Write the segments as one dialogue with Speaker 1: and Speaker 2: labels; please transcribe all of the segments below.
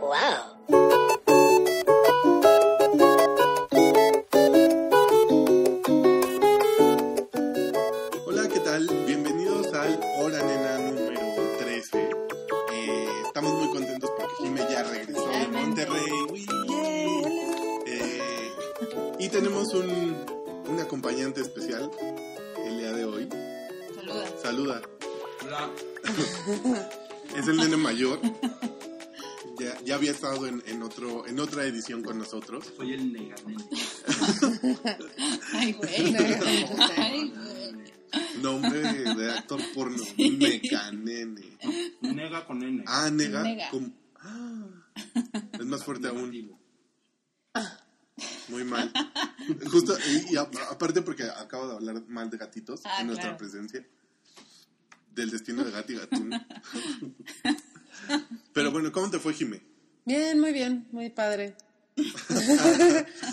Speaker 1: ¡Wow!
Speaker 2: Hola, ¿qué tal? Bienvenidos al Hora Nena número 13. Eh, estamos muy contentos porque Jime ya regresó de
Speaker 3: Finalmente.
Speaker 2: Monterrey. Uy, eh, y tenemos un, un acompañante especial el día de hoy.
Speaker 3: Saluda.
Speaker 2: Saluda.
Speaker 4: Hola.
Speaker 2: Es el nene mayor. Ya, ya había estado en, en otro, en otra edición con nosotros.
Speaker 4: Soy el neganel.
Speaker 3: Ay, güey. Ay, güey.
Speaker 2: Nombre de actor porno. Mecanene.
Speaker 4: Nega con N.
Speaker 2: Ah, nega.
Speaker 3: Nega.
Speaker 2: como- ah, es más fuerte aún.
Speaker 4: Negativo.
Speaker 2: Muy mal. Justo, y, y a- aparte porque acabo de hablar mal de gatitos
Speaker 3: Ah,
Speaker 2: en nuestra
Speaker 3: claro.
Speaker 2: presencia. Del destino de Gati Gatún. Pero bueno, ¿cómo te fue, Jimé?
Speaker 5: Bien, muy bien, muy padre.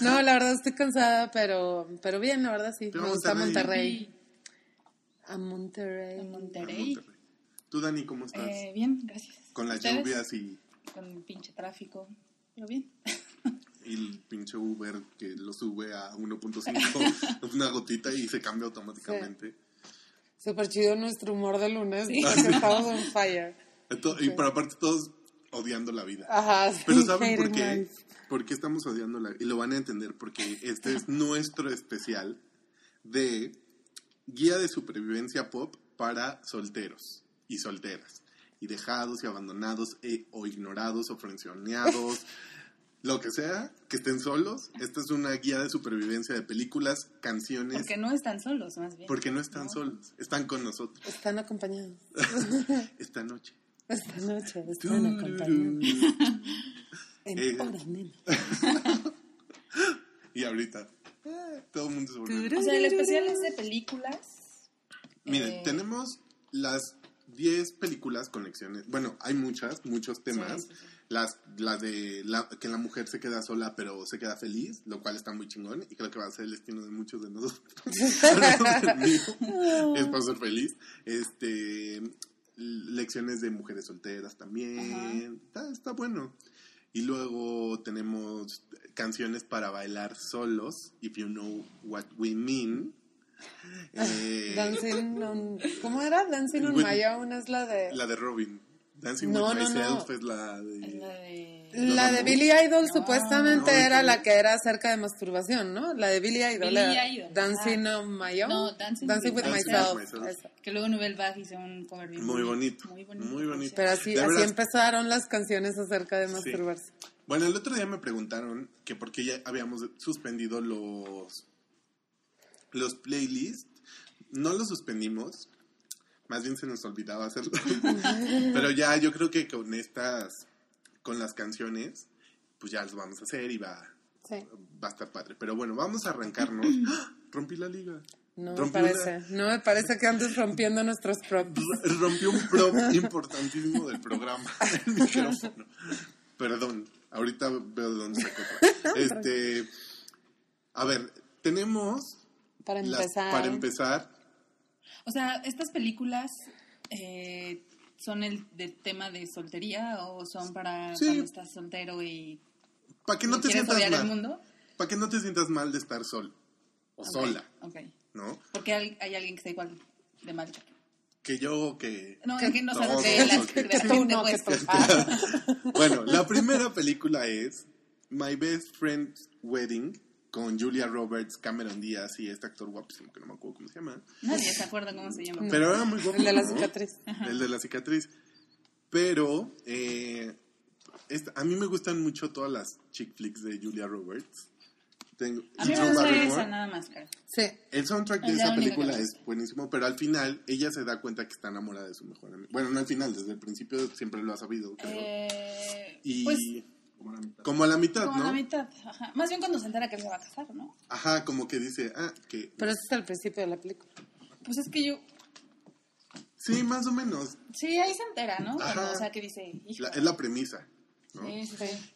Speaker 5: no, la verdad estoy cansada, pero, pero bien, la verdad sí.
Speaker 2: Pero
Speaker 5: Me gusta
Speaker 2: Monterrey.
Speaker 5: Monterrey. A Monterrey.
Speaker 3: De Monterrey.
Speaker 2: Monterrey. Tú, Dani, ¿cómo estás?
Speaker 3: Eh, bien, gracias.
Speaker 2: Con las
Speaker 3: ¿Ustedes?
Speaker 2: lluvias y,
Speaker 3: Con el pinche tráfico. Pero bien.
Speaker 2: y el pinche Uber que lo sube a 1.5, una gotita y se cambia automáticamente.
Speaker 5: Súper chido nuestro humor de lunes. porque Estamos on fire.
Speaker 2: Ento- Y pero aparte todos odiando la vida.
Speaker 5: Ajá. sí,
Speaker 2: Pero ¿saben por
Speaker 5: hating
Speaker 2: qué?
Speaker 5: life.
Speaker 2: ¿Por qué estamos odiando la Y lo van a entender porque este es nuestro especial de guía de supervivencia pop para solteros y solteras. Y dejados y abandonados e- o ignorados o frencioneados. lo que sea, que estén solos. Esta es una guía de supervivencia de películas, canciones.
Speaker 3: Porque no están solos, más bien.
Speaker 2: Porque no están solos, están con nosotros
Speaker 5: Están acompañados.
Speaker 2: esta noche.
Speaker 5: Esta noche están acompañados. En
Speaker 2: Eh.
Speaker 5: hora, nena.
Speaker 2: Y ahorita. eh, Todo el mundo se volvió.
Speaker 3: O sea, el especial es de películas.
Speaker 2: Miren,
Speaker 3: Eh.
Speaker 2: tenemos las 10 películas conexiones. Bueno, hay muchas, muchos temas.
Speaker 3: Sí, sí, sí.
Speaker 2: Las, las de la, que la mujer se queda sola pero se queda feliz, lo cual está muy chingón y creo que va a ser el destino de muchos de nosotros. Al menos el mío, es para ser feliz. Este, lecciones de mujeres solteras también. Está, está bueno. Y luego tenemos canciones para bailar solos, If You Know What We Mean. Eh,
Speaker 5: Dancing on... ¿Cómo era? Dancing on
Speaker 2: With-
Speaker 5: my own es la de...
Speaker 2: la de Robin. Dancing
Speaker 5: No,
Speaker 2: with
Speaker 5: no,
Speaker 2: Myself
Speaker 5: no.
Speaker 2: es la de.
Speaker 3: Es la de.
Speaker 5: La de
Speaker 2: No.
Speaker 5: Billy Idol
Speaker 3: No.
Speaker 5: supuestamente
Speaker 2: No,
Speaker 5: era
Speaker 2: no.
Speaker 5: la que era acerca de masturbación, ¿no? La de Billy Idol.
Speaker 3: Billie
Speaker 5: era
Speaker 3: Idol,
Speaker 5: Dancing on My Own.
Speaker 3: No, Dancing with
Speaker 5: with,
Speaker 2: Myself.
Speaker 5: Myself.
Speaker 2: Dancing with Myself.
Speaker 5: Esa.
Speaker 3: Que luego Nubel Bag hizo un cover bien
Speaker 2: Muy bonito,
Speaker 3: Muy bonito.
Speaker 2: muy bonito.
Speaker 3: por
Speaker 5: Pero así,
Speaker 2: De
Speaker 5: así
Speaker 2: veras.
Speaker 5: empezaron las canciones acerca de masturbarse.
Speaker 2: Bueno, el otro día me preguntaron que por qué ya habíamos suspendido los. los playlists. No los suspendimos. Más bien se nos olvidaba hacerlo. Pero ya yo creo que con estas. con las canciones. Pues ya los vamos a hacer y va,
Speaker 5: Sí.
Speaker 2: va a estar padre. Pero bueno, vamos a arrancarnos. ¡Ah! Rompí la liga.
Speaker 5: No me
Speaker 2: Rompí
Speaker 5: parece. No me parece que andes rompiendo nuestros props.
Speaker 2: R- rompió un prop importantísimo del programa, el micrófono. Perdón, ahorita veo de dónde sacó. Este, a ver, tenemos
Speaker 5: Para
Speaker 2: las-
Speaker 5: empezar.
Speaker 2: para empezar
Speaker 3: O sea, estas películas eh, son el de tema de soltería o son para
Speaker 2: Sí.
Speaker 3: cuando estás soltero y
Speaker 2: para que no,
Speaker 3: y
Speaker 2: te
Speaker 3: quieres
Speaker 2: sientas
Speaker 3: odiar al
Speaker 2: mal,
Speaker 3: mundo.
Speaker 2: para que no te sientas mal de estar solo o sola,
Speaker 3: Ok.
Speaker 2: ¿no?
Speaker 3: Porque hay, hay alguien que está igual de mal.
Speaker 2: Que yo que
Speaker 3: No, es que no sabes
Speaker 2: todos
Speaker 3: de la,
Speaker 2: los que-
Speaker 3: de la
Speaker 5: Tú
Speaker 3: gente,
Speaker 5: no,
Speaker 3: pues.
Speaker 5: que tú-
Speaker 2: bueno, la primera película es My Best Friend's Wedding con Julia Roberts, Cameron Díaz y este actor guapísimo que no me acuerdo cómo se llama.
Speaker 3: Nadie se acuerda cómo se llama.
Speaker 2: Pero era muy guapo.
Speaker 5: El de la
Speaker 2: ¿no?
Speaker 5: cicatriz.
Speaker 2: El de la cicatriz. Pero eh, esta- a mí me gustan mucho todas las chick flicks de Julia Roberts. Tengo,
Speaker 3: A mí
Speaker 2: y
Speaker 3: me
Speaker 2: Drew
Speaker 3: gusta
Speaker 2: Barrymore.
Speaker 3: esa nada más, cara.
Speaker 5: Sí.
Speaker 2: El soundtrack de
Speaker 3: Es la
Speaker 2: esa
Speaker 3: única que
Speaker 2: película
Speaker 3: me
Speaker 2: es
Speaker 3: gusta.
Speaker 2: buenísimo, pero al final ella se da cuenta que está enamorada de su mejor amigo. Bueno, no al final, desde el principio siempre lo ha sabido. pero-
Speaker 3: Eh,
Speaker 2: y
Speaker 3: pues
Speaker 4: Como la mitad.
Speaker 2: como a la mitad,
Speaker 3: como
Speaker 2: ¿no?
Speaker 3: la mitad. Ajá. Más bien cuando se entera que se va a casar, ¿no?
Speaker 2: Ajá, como que dice, ah, que...
Speaker 5: Pero eso es al principio de la película.
Speaker 3: Pues es que yo...
Speaker 2: Sí, más o menos.
Speaker 3: Sí, ahí se entera, ¿no?
Speaker 2: Ajá.
Speaker 3: Cuando, o sea, que dice... hijo,
Speaker 2: La- es la premisa. ¿no?
Speaker 3: sí, sí, sí.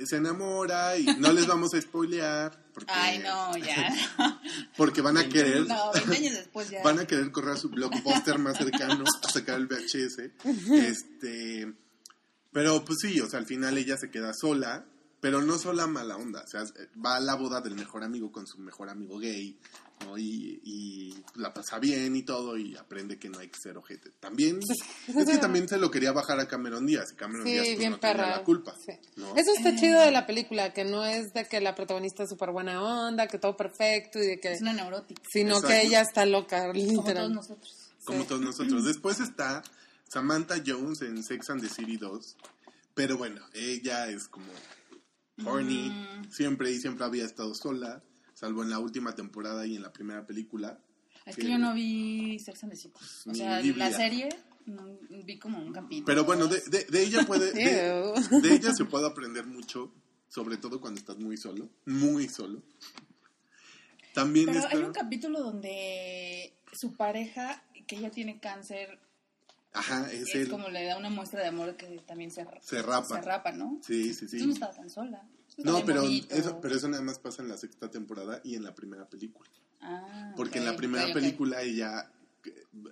Speaker 2: Y se enamora y no les vamos a spoilear. Porque,
Speaker 3: Ay, no, ya.
Speaker 2: Porque van a querer...
Speaker 3: No, 20 años después ya.
Speaker 2: Van a querer correr a su blockbuster más cercano a sacar el VHS. Este, Pero pues sí, o sea, al final ella se queda sola, pero no sola mala onda. O sea, va a la boda del mejor amigo con su mejor amigo gay, ¿no? Y, y la pasa bien y todo, y aprende que no hay que ser ojete. También, es que también se lo quería bajar a Cameron Díaz, y Cameron
Speaker 5: Sí,
Speaker 2: Díaz pues,
Speaker 5: bien
Speaker 2: no tenía
Speaker 5: perra.
Speaker 2: la culpa.
Speaker 5: Sí.
Speaker 2: ¿no?
Speaker 5: Eso está chido de la película, que no es de que la protagonista es súper buena onda, que todo perfecto y de que...
Speaker 3: Es una neurótica.
Speaker 5: Sino que
Speaker 2: Exacto.
Speaker 5: ella está loca,
Speaker 3: Como todos
Speaker 5: literal.
Speaker 3: nosotros.
Speaker 2: como todos nosotros. Después está Samantha Jones en Sex and the City 2, pero bueno, ella es como horny,
Speaker 3: Mm.
Speaker 2: siempre y siempre había estado sola, salvo en la última temporada y en la primera película.
Speaker 3: Es que yo no vi Sex and the City. O sea,
Speaker 2: Ni
Speaker 3: la
Speaker 2: vida.
Speaker 3: serie no, vi como un capítulo.
Speaker 2: Pero bueno, de, de- de ella puede de,
Speaker 5: Ew.
Speaker 2: de ella se puede aprender mucho, sobre todo cuando estás muy solo, muy solo. También
Speaker 3: Pero
Speaker 2: está
Speaker 3: hay un capítulo donde su pareja, que ella tiene cáncer,
Speaker 2: Ajá, es,
Speaker 3: es
Speaker 2: él.
Speaker 3: como le da una muestra de amor que también se,
Speaker 2: Se rapa.
Speaker 3: Se rapa, ¿no?
Speaker 2: Sí, sí,
Speaker 3: Entonces no
Speaker 2: sí.
Speaker 3: estaba tan sola. Entonces
Speaker 2: No,
Speaker 3: también
Speaker 2: pero
Speaker 3: bonito.
Speaker 2: eso, pero eso nada más pasa en la sexta temporada y en la primera película.
Speaker 3: Ah,
Speaker 2: Porque en
Speaker 3: ok,
Speaker 2: la primera
Speaker 3: ok, ok.
Speaker 2: película ella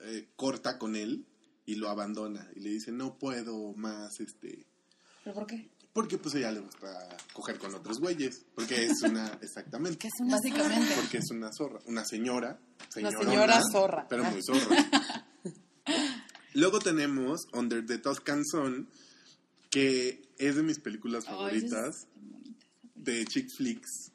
Speaker 2: eh, corta con él y lo abandona y le dice no puedo más este
Speaker 3: ¿Pero por qué?
Speaker 2: porque pues ella le gusta coger con otros güeyes porque es una exactamente
Speaker 5: es
Speaker 3: Básicamente.
Speaker 2: porque es una zorra una señora señorona,
Speaker 5: señora zorra.
Speaker 2: pero
Speaker 5: Ah.
Speaker 2: muy zorra luego tenemos Under the Tuscan Sun que es de mis películas
Speaker 3: Ay, esa
Speaker 2: favoritas
Speaker 3: es tan bonita.
Speaker 2: de chick flicks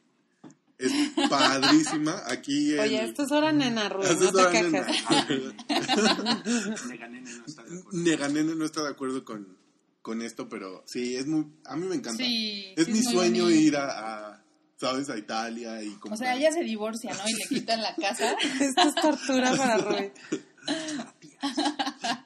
Speaker 2: es padrísima aquí el-
Speaker 5: Ah. Oye, esto es hora nena, Ruth,
Speaker 2: Así
Speaker 5: no
Speaker 2: estaba
Speaker 5: te
Speaker 2: Nena.
Speaker 5: quejes.
Speaker 4: Nega nene no está de acuerdo.
Speaker 2: Nega Nene no está de acuerdo con, con esto, pero sí, es muy, a mí me encanta.
Speaker 3: Sí,
Speaker 2: es
Speaker 3: sí,
Speaker 2: mi
Speaker 3: es muy
Speaker 2: sueño
Speaker 3: bonito.
Speaker 2: ir a, a, ¿sabes? A Italia y
Speaker 3: O
Speaker 2: comprar.
Speaker 3: sea, ella se divorcia, ¿no? Y le quitan la casa.
Speaker 5: Esto es tortura para Ruth.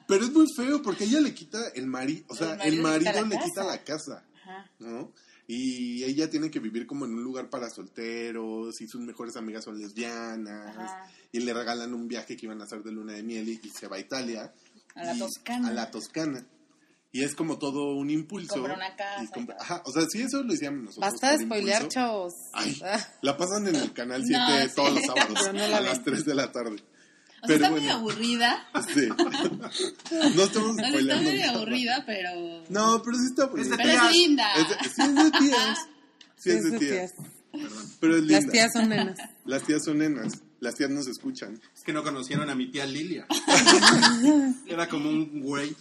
Speaker 2: Pero es muy feo porque ella le quita el marido, o sea,
Speaker 3: El
Speaker 2: el
Speaker 3: marido
Speaker 2: marido,
Speaker 3: le quita la
Speaker 2: le quita
Speaker 3: casa.
Speaker 2: la casa,
Speaker 3: Ajá.
Speaker 2: ¿no? Y ella tiene que vivir como en un lugar para solteros y sus mejores amigas son lesbianas
Speaker 3: Ajá.
Speaker 2: y le regalan un viaje que iban a hacer de luna de miel y, y se va a Italia.
Speaker 3: A la
Speaker 2: y-
Speaker 3: Toscana.
Speaker 2: A la Toscana. Y es como todo un impulso.
Speaker 3: Compra una casa
Speaker 2: y
Speaker 3: y
Speaker 2: compra-
Speaker 3: todo.
Speaker 2: Ajá, o sea, sí, eso lo decíamos nosotros.
Speaker 5: Basta de
Speaker 2: por
Speaker 5: spoilear,
Speaker 2: impulso.
Speaker 5: chavos.
Speaker 2: Ay,
Speaker 5: Ah,
Speaker 2: la pasan en el canal
Speaker 3: No,
Speaker 2: 7
Speaker 3: sí.
Speaker 2: todos los sábados
Speaker 5: Yo no la
Speaker 2: a
Speaker 5: vi.
Speaker 2: las 3 de la tarde.
Speaker 3: O sea,
Speaker 2: Pero
Speaker 3: está
Speaker 2: bueno.
Speaker 3: medio aburrida.
Speaker 2: Sí. no estamos
Speaker 3: O sea, está
Speaker 2: spoileando.
Speaker 3: medio
Speaker 2: nada.
Speaker 3: aburrida, pero...
Speaker 2: No, pero sí está bonita.
Speaker 3: Pero es linda.
Speaker 2: Es de- sí, es de tías. Sí, es de
Speaker 5: sus
Speaker 2: tías.
Speaker 5: tías.
Speaker 2: Pero es linda.
Speaker 5: Las tías son nenas.
Speaker 2: Las tías son nenas. Las tías nos escuchan.
Speaker 4: Es que no conocieron a mi tía Lilia. Era como un güey.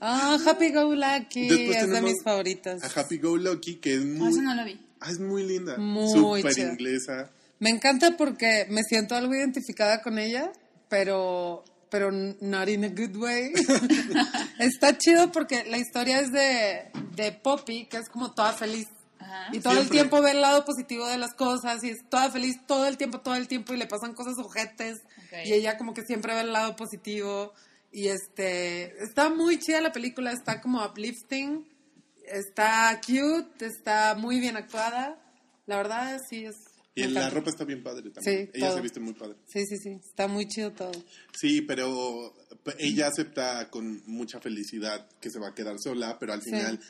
Speaker 5: Ah, Happy Go Lucky
Speaker 2: Después
Speaker 5: es de
Speaker 2: tenemos
Speaker 5: mis favoritas.
Speaker 2: A Happy Go Lucky, que es
Speaker 3: No,
Speaker 2: muy.
Speaker 3: eso no lo vi.
Speaker 2: Ah, es muy linda.
Speaker 5: Muy
Speaker 2: Súper
Speaker 5: chida.
Speaker 2: inglesa.
Speaker 5: Me encanta porque me siento algo identificada con ella, pero pero not in a good way. Está chido porque la historia es de, de Poppy, que es como toda feliz.
Speaker 3: Ajá.
Speaker 5: Y todo el
Speaker 2: Siempre.
Speaker 5: tiempo ve el lado positivo de las cosas y es toda feliz todo el tiempo, todo el tiempo y le pasan cosas ojetes
Speaker 3: Ok.
Speaker 5: y ella como que siempre ve el lado positivo y este está muy chida la película, está como uplifting, está cute, está muy bien actuada. La verdad sí es
Speaker 2: Y
Speaker 5: me
Speaker 2: la
Speaker 5: encanta.
Speaker 2: ropa está bien padre también.
Speaker 5: Sí,
Speaker 2: ella
Speaker 5: todo.
Speaker 2: se viste muy padre.
Speaker 5: Sí, sí, sí, está muy chido todo.
Speaker 2: Sí, pero p- ella acepta con mucha felicidad que se va a quedar sola, pero al
Speaker 5: Sí.
Speaker 2: final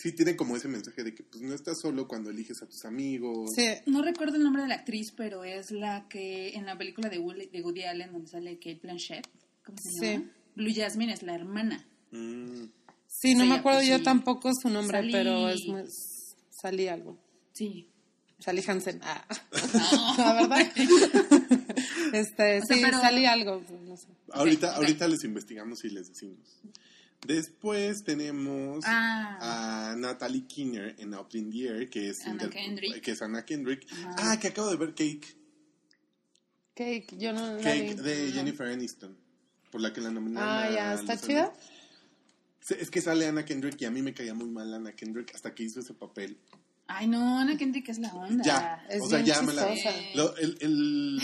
Speaker 2: sí, tiene como ese mensaje de que pues no estás solo cuando eliges a tus amigos.
Speaker 5: Sí,
Speaker 3: No recuerdo el nombre de la actriz, pero es la que en la película de Woody, de Woody Allen donde sale Kate Blanchett. ¿Cómo se
Speaker 5: Sí.
Speaker 3: llama? Blue Jasmine es la hermana.
Speaker 2: Mm.
Speaker 5: sí, no
Speaker 3: Sí,
Speaker 5: me acuerdo
Speaker 3: sí.
Speaker 5: yo tampoco su nombre,
Speaker 3: Salí-
Speaker 5: pero es muy- salí algo.
Speaker 3: Sí.
Speaker 5: Salí Hansen. Ah.
Speaker 3: No.
Speaker 5: La verdad. este,
Speaker 3: O sea,
Speaker 5: sí,
Speaker 3: pero-
Speaker 5: salí algo, pues, no sé.
Speaker 2: Ahorita,
Speaker 3: ok.
Speaker 2: ahorita les investigamos y les decimos. Después tenemos
Speaker 3: Ah.
Speaker 2: a Natalie Kinner en Up in the Air, que es,
Speaker 3: Anna
Speaker 2: inter-
Speaker 3: Kendrick.
Speaker 2: que es Anna Kendrick.
Speaker 3: Ajá.
Speaker 2: Ah, que acabo de ver Cake.
Speaker 5: Cake, yo no la vi.
Speaker 2: Cake de Jennifer Aniston, por la que la nominaron.
Speaker 5: Ah,
Speaker 2: a
Speaker 5: ya,
Speaker 2: los
Speaker 5: ¿está
Speaker 2: Oscars.
Speaker 5: chida?
Speaker 2: Sí, Es que sale Anna Kendrick y a mí me caía muy mal Anna Kendrick hasta que hizo ese papel.
Speaker 3: Ay, no, Ana Kendrick es la onda.
Speaker 2: Ya,
Speaker 5: es
Speaker 2: o sea,
Speaker 5: bien
Speaker 2: ya me la...
Speaker 5: chistosa.
Speaker 2: Lo- el, el,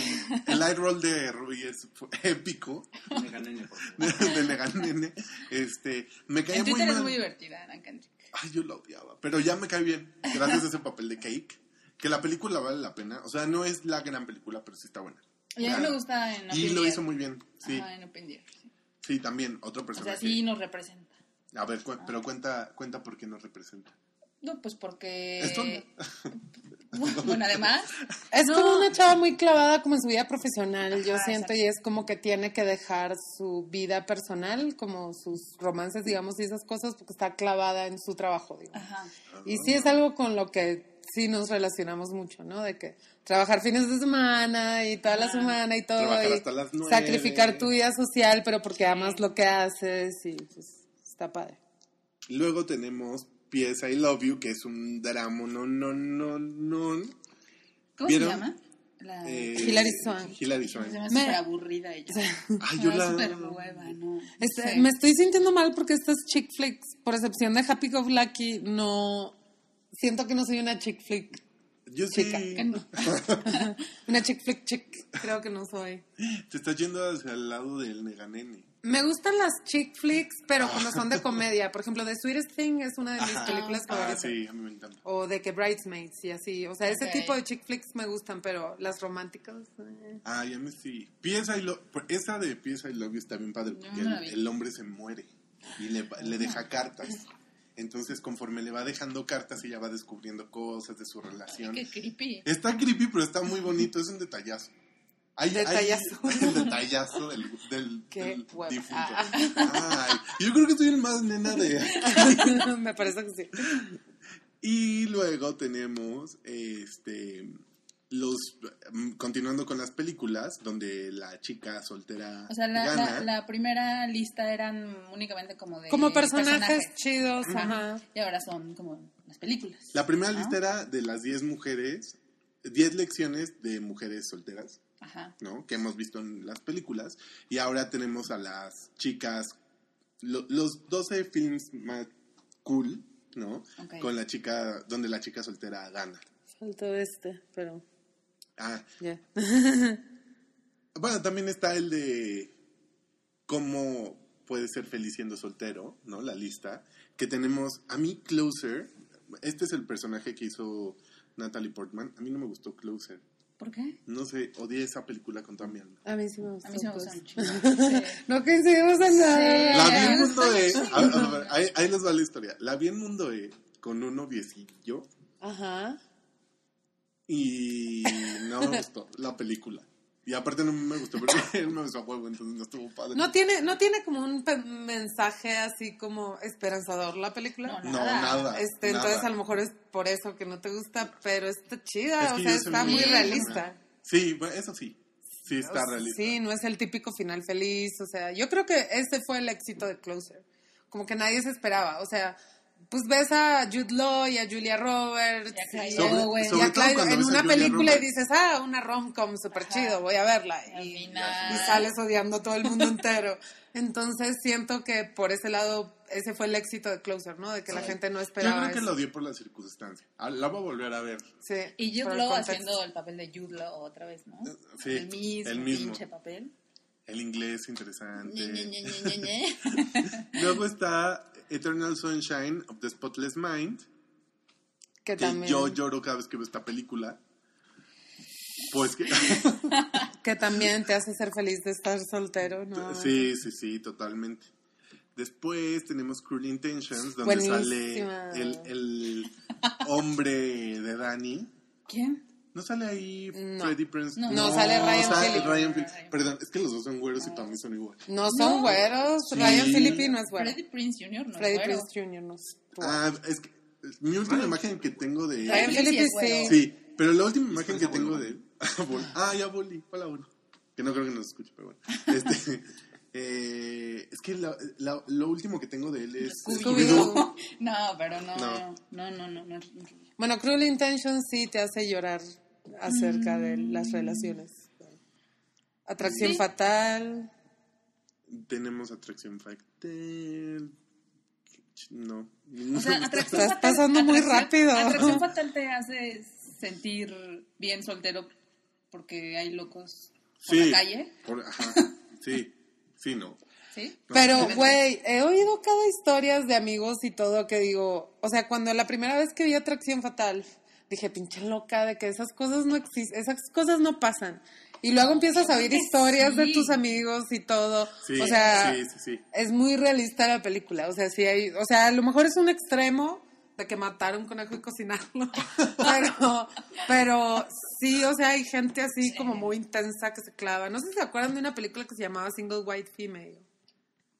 Speaker 2: el light roll de Ruby es fue épico,
Speaker 4: Nega nene, por favor.
Speaker 2: de Neganene. Este, me caía
Speaker 3: En
Speaker 2: muy
Speaker 3: Twitter
Speaker 2: mal.
Speaker 3: es muy divertida, Ana Kendrick.
Speaker 2: Ay, yo la odiaba, pero ya me cae bien, gracias a ese papel de Cake. Que la película vale la pena, o sea, no es la gran película, pero sí está buena.
Speaker 3: Y a mí
Speaker 2: Claro.
Speaker 3: me gusta en Open
Speaker 2: Y lo
Speaker 3: Deer.
Speaker 2: hizo muy bien, sí,
Speaker 3: Ajá, en Open Deer, sí.
Speaker 2: sí, también, otro
Speaker 3: O
Speaker 2: personaje.
Speaker 3: sea, sí nos representa.
Speaker 2: A
Speaker 5: Ah.
Speaker 2: ver, cu- pero cuenta, cuenta por qué nos representa.
Speaker 3: No, pues porque...
Speaker 2: Es tonta.
Speaker 3: Bueno, además,
Speaker 5: Es
Speaker 3: No.
Speaker 5: como una chava muy clavada como en su vida profesional, yo
Speaker 3: Ajá,
Speaker 5: siento, y es como que tiene que dejar su vida personal, como sus romances, digamos, y esas cosas, porque está clavada en su trabajo, digamos.
Speaker 3: ajá.
Speaker 5: Y sí es algo con lo que sí nos relacionamos mucho, ¿no? De que trabajar fines de semana y toda la semana y todo.
Speaker 2: Trabajar
Speaker 5: y
Speaker 2: hasta las nueve.
Speaker 5: Sacrificar tu vida social, pero porque amas lo que haces y pues está padre.
Speaker 2: Luego tenemos Pieza I Love You, que es un drama, no, no, no, no.
Speaker 3: ¿Cómo
Speaker 2: ¿Vieron?
Speaker 3: se llama? La...
Speaker 2: Eh,
Speaker 5: Ah, Hilary Swank.
Speaker 2: Hilary
Speaker 3: Se me
Speaker 2: Swank.
Speaker 3: hace
Speaker 5: Me-
Speaker 3: súper aburrida ella.
Speaker 2: Ay, Ah, yo
Speaker 3: Me da
Speaker 2: la-
Speaker 3: súper hueva, ¿no?
Speaker 5: Este,
Speaker 3: Sí.
Speaker 5: Me estoy sintiendo mal porque estas chick flicks, por excepción de Happy Go Lucky, no... Siento que no soy una chick flick.
Speaker 2: Yo sí.
Speaker 5: Chica, que no. una chick flick chick, creo que no soy.
Speaker 2: Te estás yendo hacia el lado del neganene.
Speaker 5: Me gustan las chick flicks, pero cuando son de comedia. Por ejemplo, The Sweetest Thing es una de mis
Speaker 2: Ajá.
Speaker 5: películas
Speaker 2: Ah,
Speaker 5: favoritas.
Speaker 2: sí, a mí me encanta.
Speaker 5: O de que Bridesmaids y así. O sea, ese
Speaker 3: Ok.
Speaker 5: tipo de chick flicks me gustan, pero las románticas. eh.
Speaker 2: Ay, a mí sí. Pieza I Love pues, Esa de Pieza I Love You está bien padre porque
Speaker 3: Yo no la
Speaker 2: el,
Speaker 3: vi.
Speaker 2: el hombre se muere y le, va- le deja cartas. Entonces, conforme le va dejando cartas, ella va descubriendo cosas de su relación.
Speaker 3: Qué creepy.
Speaker 2: Está creepy, pero está muy bonito. Es un detallazo. Hay, hay-
Speaker 5: Detallazo.
Speaker 2: el detallazo del, del,
Speaker 5: Qué
Speaker 2: del
Speaker 5: hueva.
Speaker 2: difunto.
Speaker 5: Ah.
Speaker 2: Ay, yo creo que soy el más nena de...
Speaker 5: me parece que sí.
Speaker 2: Y luego tenemos este los mm, continuando con las películas donde la chica soltera
Speaker 3: O sea, la,
Speaker 2: gana.
Speaker 3: la, la primera lista eran únicamente como de...
Speaker 5: Como personajes,
Speaker 3: personajes.
Speaker 5: chidos, ajá.
Speaker 3: Y ahora son como las películas.
Speaker 2: La primera
Speaker 3: ¿no?
Speaker 2: lista era de las 10 mujeres, 10 lecciones de mujeres solteras,
Speaker 3: Ajá.
Speaker 2: ¿no? Que hemos visto en las películas y ahora tenemos a las chicas lo- los 12 films más cool, ¿no?
Speaker 3: Ok.
Speaker 2: Con la chica donde la chica soltera gana.
Speaker 5: Faltó este, pero
Speaker 2: Ah,
Speaker 5: ya.
Speaker 2: Bueno, también está el de cómo puedes ser feliz siendo soltero, ¿no? La lista. Que tenemos a mí Closer. Este es el personaje que hizo Natalie Portman. A mí no me gustó Closer.
Speaker 3: ¿Por qué?
Speaker 2: No sé, odié esa película con toda mi alma.
Speaker 5: A mí sí me gusta.
Speaker 3: A mí se me
Speaker 5: pues.
Speaker 3: gustan mucho. Sí.
Speaker 5: No coincidimos en nada.
Speaker 2: La vi en
Speaker 3: no
Speaker 2: Mundo
Speaker 3: sé,
Speaker 2: E.
Speaker 3: sí,
Speaker 2: a- a-
Speaker 3: no.
Speaker 2: a ver, ahí, ahí les va la historia. La vi en Mundo E con un noviecillo
Speaker 5: Ajá.
Speaker 2: y no me gustó la película. Y aparte no me gustó, pero él me besó a juego, entonces no estuvo padre.
Speaker 5: No tiene, no tiene como un pe- mensaje así como esperanzador la película.
Speaker 2: No, nada.
Speaker 5: Este, entonces
Speaker 2: nada.
Speaker 5: a lo mejor es por eso que no te gusta, pero está chida,
Speaker 2: Es que
Speaker 5: Ah, o
Speaker 2: yo
Speaker 5: sea,
Speaker 2: soy
Speaker 5: está muy
Speaker 3: muy-
Speaker 5: realista.
Speaker 2: Sí, bueno, eso sí. Sí, está
Speaker 5: O sea,
Speaker 2: realista.
Speaker 5: Sí, no es el típico final feliz, o sea, yo creo que ese fue el éxito de Closer, como que nadie se esperaba, o sea, pues ves a Jude Law y a Julia Roberts
Speaker 3: Y a Clive
Speaker 5: y a-
Speaker 2: Sobre-
Speaker 3: Owen.
Speaker 5: y a
Speaker 2: sobre todo
Speaker 5: Clive
Speaker 2: cuando
Speaker 5: en
Speaker 2: ves a
Speaker 5: una
Speaker 2: Julia
Speaker 5: película y
Speaker 2: Roberts.
Speaker 5: dices, ah, una rom-com, súper
Speaker 3: Ajá.
Speaker 5: chido, voy a verla.
Speaker 3: Al
Speaker 5: Y,
Speaker 3: final.
Speaker 5: y sales odiando a todo el mundo entero. Entonces siento que por ese lado, ese fue el éxito de Closer, ¿no? De que la
Speaker 2: Sí.
Speaker 5: gente no
Speaker 2: Yo
Speaker 5: esperaba
Speaker 2: creo que
Speaker 5: eso.
Speaker 2: lo odié por la circunstancia. Ah, La voy a volver a ver.
Speaker 5: Sí,
Speaker 3: Y Jude
Speaker 5: por el
Speaker 3: Law
Speaker 5: contexto.
Speaker 3: haciendo el papel de Jude Law otra vez, ¿no?
Speaker 2: Sí,
Speaker 3: el mismo,
Speaker 2: el mismo.
Speaker 3: pinche papel.
Speaker 2: El inglés
Speaker 3: Ñe, ñe,
Speaker 2: interesante.
Speaker 3: ñe, ñe, ñe, ñe.
Speaker 2: Luego está Eternal Sunshine of the Spotless Mind.
Speaker 5: Que
Speaker 2: Que
Speaker 5: también,
Speaker 2: yo lloro cada vez que veo esta película. Pues que.
Speaker 5: que también te hace ser feliz de estar soltero, ¿no?
Speaker 2: sí, sí, sí, totalmente. Después tenemos Cruel Intentions, donde
Speaker 5: Buenísima.
Speaker 2: sale el, el hombre de Dani.
Speaker 3: ¿Quién?
Speaker 2: ¿No sale ahí
Speaker 5: No.
Speaker 2: Freddy Prince?
Speaker 3: No.
Speaker 5: No, sale Ryan
Speaker 2: sale
Speaker 5: Phillippe.
Speaker 2: Ryan Phillippe. Perdón, es que los dos son güeros y para mí son igual.
Speaker 5: No son
Speaker 3: No.
Speaker 5: güeros.
Speaker 2: Sí.
Speaker 5: Ryan Philippi no es güero.
Speaker 3: Freddy Prince Jr. no
Speaker 5: Freddy
Speaker 3: es güero.
Speaker 5: Prinze Jr. no es güero.
Speaker 2: Ah, es que es mi última imagen que tengo de
Speaker 5: Ryan
Speaker 2: él.
Speaker 3: Phillippe
Speaker 5: Philippi
Speaker 3: es güero.
Speaker 5: sí.
Speaker 2: Sí, pero la última imagen que
Speaker 4: Espera,
Speaker 2: tengo
Speaker 4: boludo.
Speaker 2: de él. Bol- ah, ya Boli. Hola, Boli. Que no creo que nos escuche, pero bueno. Este, eh, es que la- la- lo último que tengo de él es.
Speaker 5: Scooby-Doo.
Speaker 2: Scooby-Doo.
Speaker 3: No, pero no,
Speaker 2: No.
Speaker 3: no, no, no, no. no, no.
Speaker 5: Bueno, Cruel Intentions sí te hace llorar acerca de las relaciones. Atracción
Speaker 3: Mm. Sí.
Speaker 5: fatal.
Speaker 2: Tenemos Atracción Factel. No.
Speaker 3: O sea,
Speaker 2: Pues,
Speaker 3: atracción
Speaker 5: Estás
Speaker 3: fatal,
Speaker 5: pasando muy
Speaker 3: atracción-
Speaker 5: rápido.
Speaker 3: Atracción fatal te hace sentir bien soltero porque hay locos por
Speaker 2: sí.
Speaker 3: la calle,
Speaker 2: por- ajá, sí. Sí, no.
Speaker 3: ¿sí?
Speaker 5: Pero,
Speaker 3: Obviamente.
Speaker 5: güey, he oído cada historias de amigos y todo que digo, o sea, cuando la primera vez que vi Atracción Fatal, dije, pinche loca, de que esas cosas no existen, esas cosas no pasan. Y luego empiezas a oír
Speaker 3: que
Speaker 5: historias de
Speaker 3: sí.
Speaker 5: tus amigos y todo.
Speaker 2: Sí,
Speaker 5: o sea,
Speaker 2: sí, sí, sí.
Speaker 5: es muy realista la película. O sea, sí hay, o sea, a lo mejor es un extremo, de que matar un conejo y cocinarlo. Pero, pero sí, o sea, hay gente así como muy intensa que se clava. No sé si se acuerdan de una película que se llamaba Single White Female.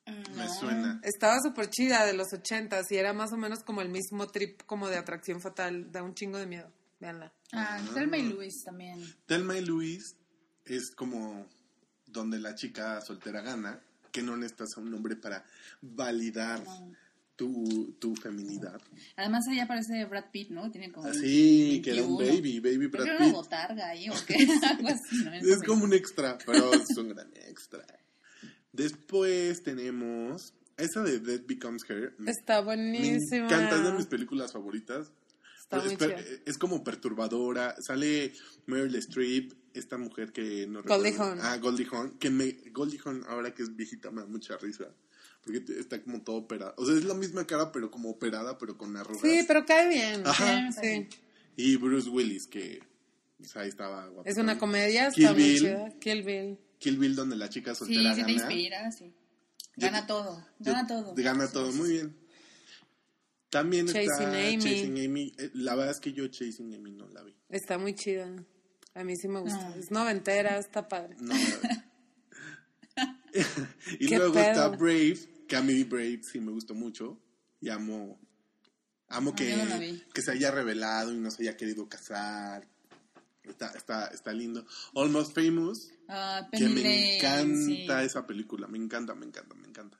Speaker 4: Ah,
Speaker 2: Me suena.
Speaker 5: Estaba súper chida de los ochentas y era más o menos como el mismo trip como de atracción fatal. Da un chingo de miedo. Veanla.
Speaker 3: Ah, Selma y Luis también.
Speaker 2: Telma y Luis es como donde la chica soltera gana, que no necesitas a un hombre para validar tu, tu feminidad.
Speaker 3: Además, ahí aparece Brad Pitt, ¿no? Tiene como.
Speaker 2: Así, que era un
Speaker 3: 21.
Speaker 2: baby, baby Ah,
Speaker 3: Creo que
Speaker 2: Brad
Speaker 3: era una
Speaker 2: Pitt.
Speaker 3: botarga ahí o qué. Algo así, ¿no?
Speaker 2: Es como un extra, pero es un gran extra. Después tenemos esa de Dead Becomes Her. Me
Speaker 5: Está
Speaker 2: Mm. me
Speaker 5: buenísima.
Speaker 2: encanta, es de mis eh, películas favoritas.
Speaker 5: Está
Speaker 2: Pero
Speaker 5: muy
Speaker 2: es, per-
Speaker 5: chida.
Speaker 2: es como perturbadora. Sale Meryl Streep, esta mujer que no
Speaker 5: Goldie
Speaker 2: recuerdo-
Speaker 5: Hawn.
Speaker 2: Ah, Goldie Hawn. Que me, Goldie Hawn, ahora que es viejita, me da mucha risa. Porque te- está como todo operada. O sea, es la misma cara, pero como operada, pero con arrugas.
Speaker 5: Sí, pero cae bien.
Speaker 2: Ajá.
Speaker 5: Sí.
Speaker 2: Y Bruce Willis, que o sea, ahí estaba guapo.
Speaker 5: Es una
Speaker 2: también.
Speaker 5: comedia, está
Speaker 2: Kill
Speaker 5: muy
Speaker 2: Bill.
Speaker 5: chida. Kill Bill.
Speaker 2: Kill Bill, donde la chica
Speaker 3: Sí,
Speaker 2: soltera
Speaker 3: sí te
Speaker 2: gana.
Speaker 3: inspira, sí.
Speaker 2: Yo-
Speaker 3: Gana todo, gana
Speaker 2: Te-
Speaker 3: todo.
Speaker 2: te Gana
Speaker 3: Sí,
Speaker 2: todo,
Speaker 3: sí,
Speaker 2: muy bien. También está
Speaker 5: Chasing Amy.
Speaker 2: Chasing Amy. Eh, La verdad es que yo Chasing Amy no la vi.
Speaker 5: Está muy chida. A mí sí me gusta.
Speaker 3: No.
Speaker 5: Es noventera, está padre.
Speaker 2: No la vi. y
Speaker 5: ¿Qué
Speaker 2: luego está
Speaker 5: pedo?
Speaker 2: Brave, que a mí Brave sí me gustó mucho. Y amo, amo
Speaker 3: No,
Speaker 2: que,
Speaker 3: Ah, yo no la vi.
Speaker 2: que se haya revelado y no se haya querido casar. Está, está, está lindo. Almost Famous,
Speaker 3: Ah,
Speaker 2: que
Speaker 3: Penny
Speaker 2: me
Speaker 3: Lane,
Speaker 2: encanta
Speaker 3: sí.
Speaker 2: esa película, me encanta, me encanta, me encanta.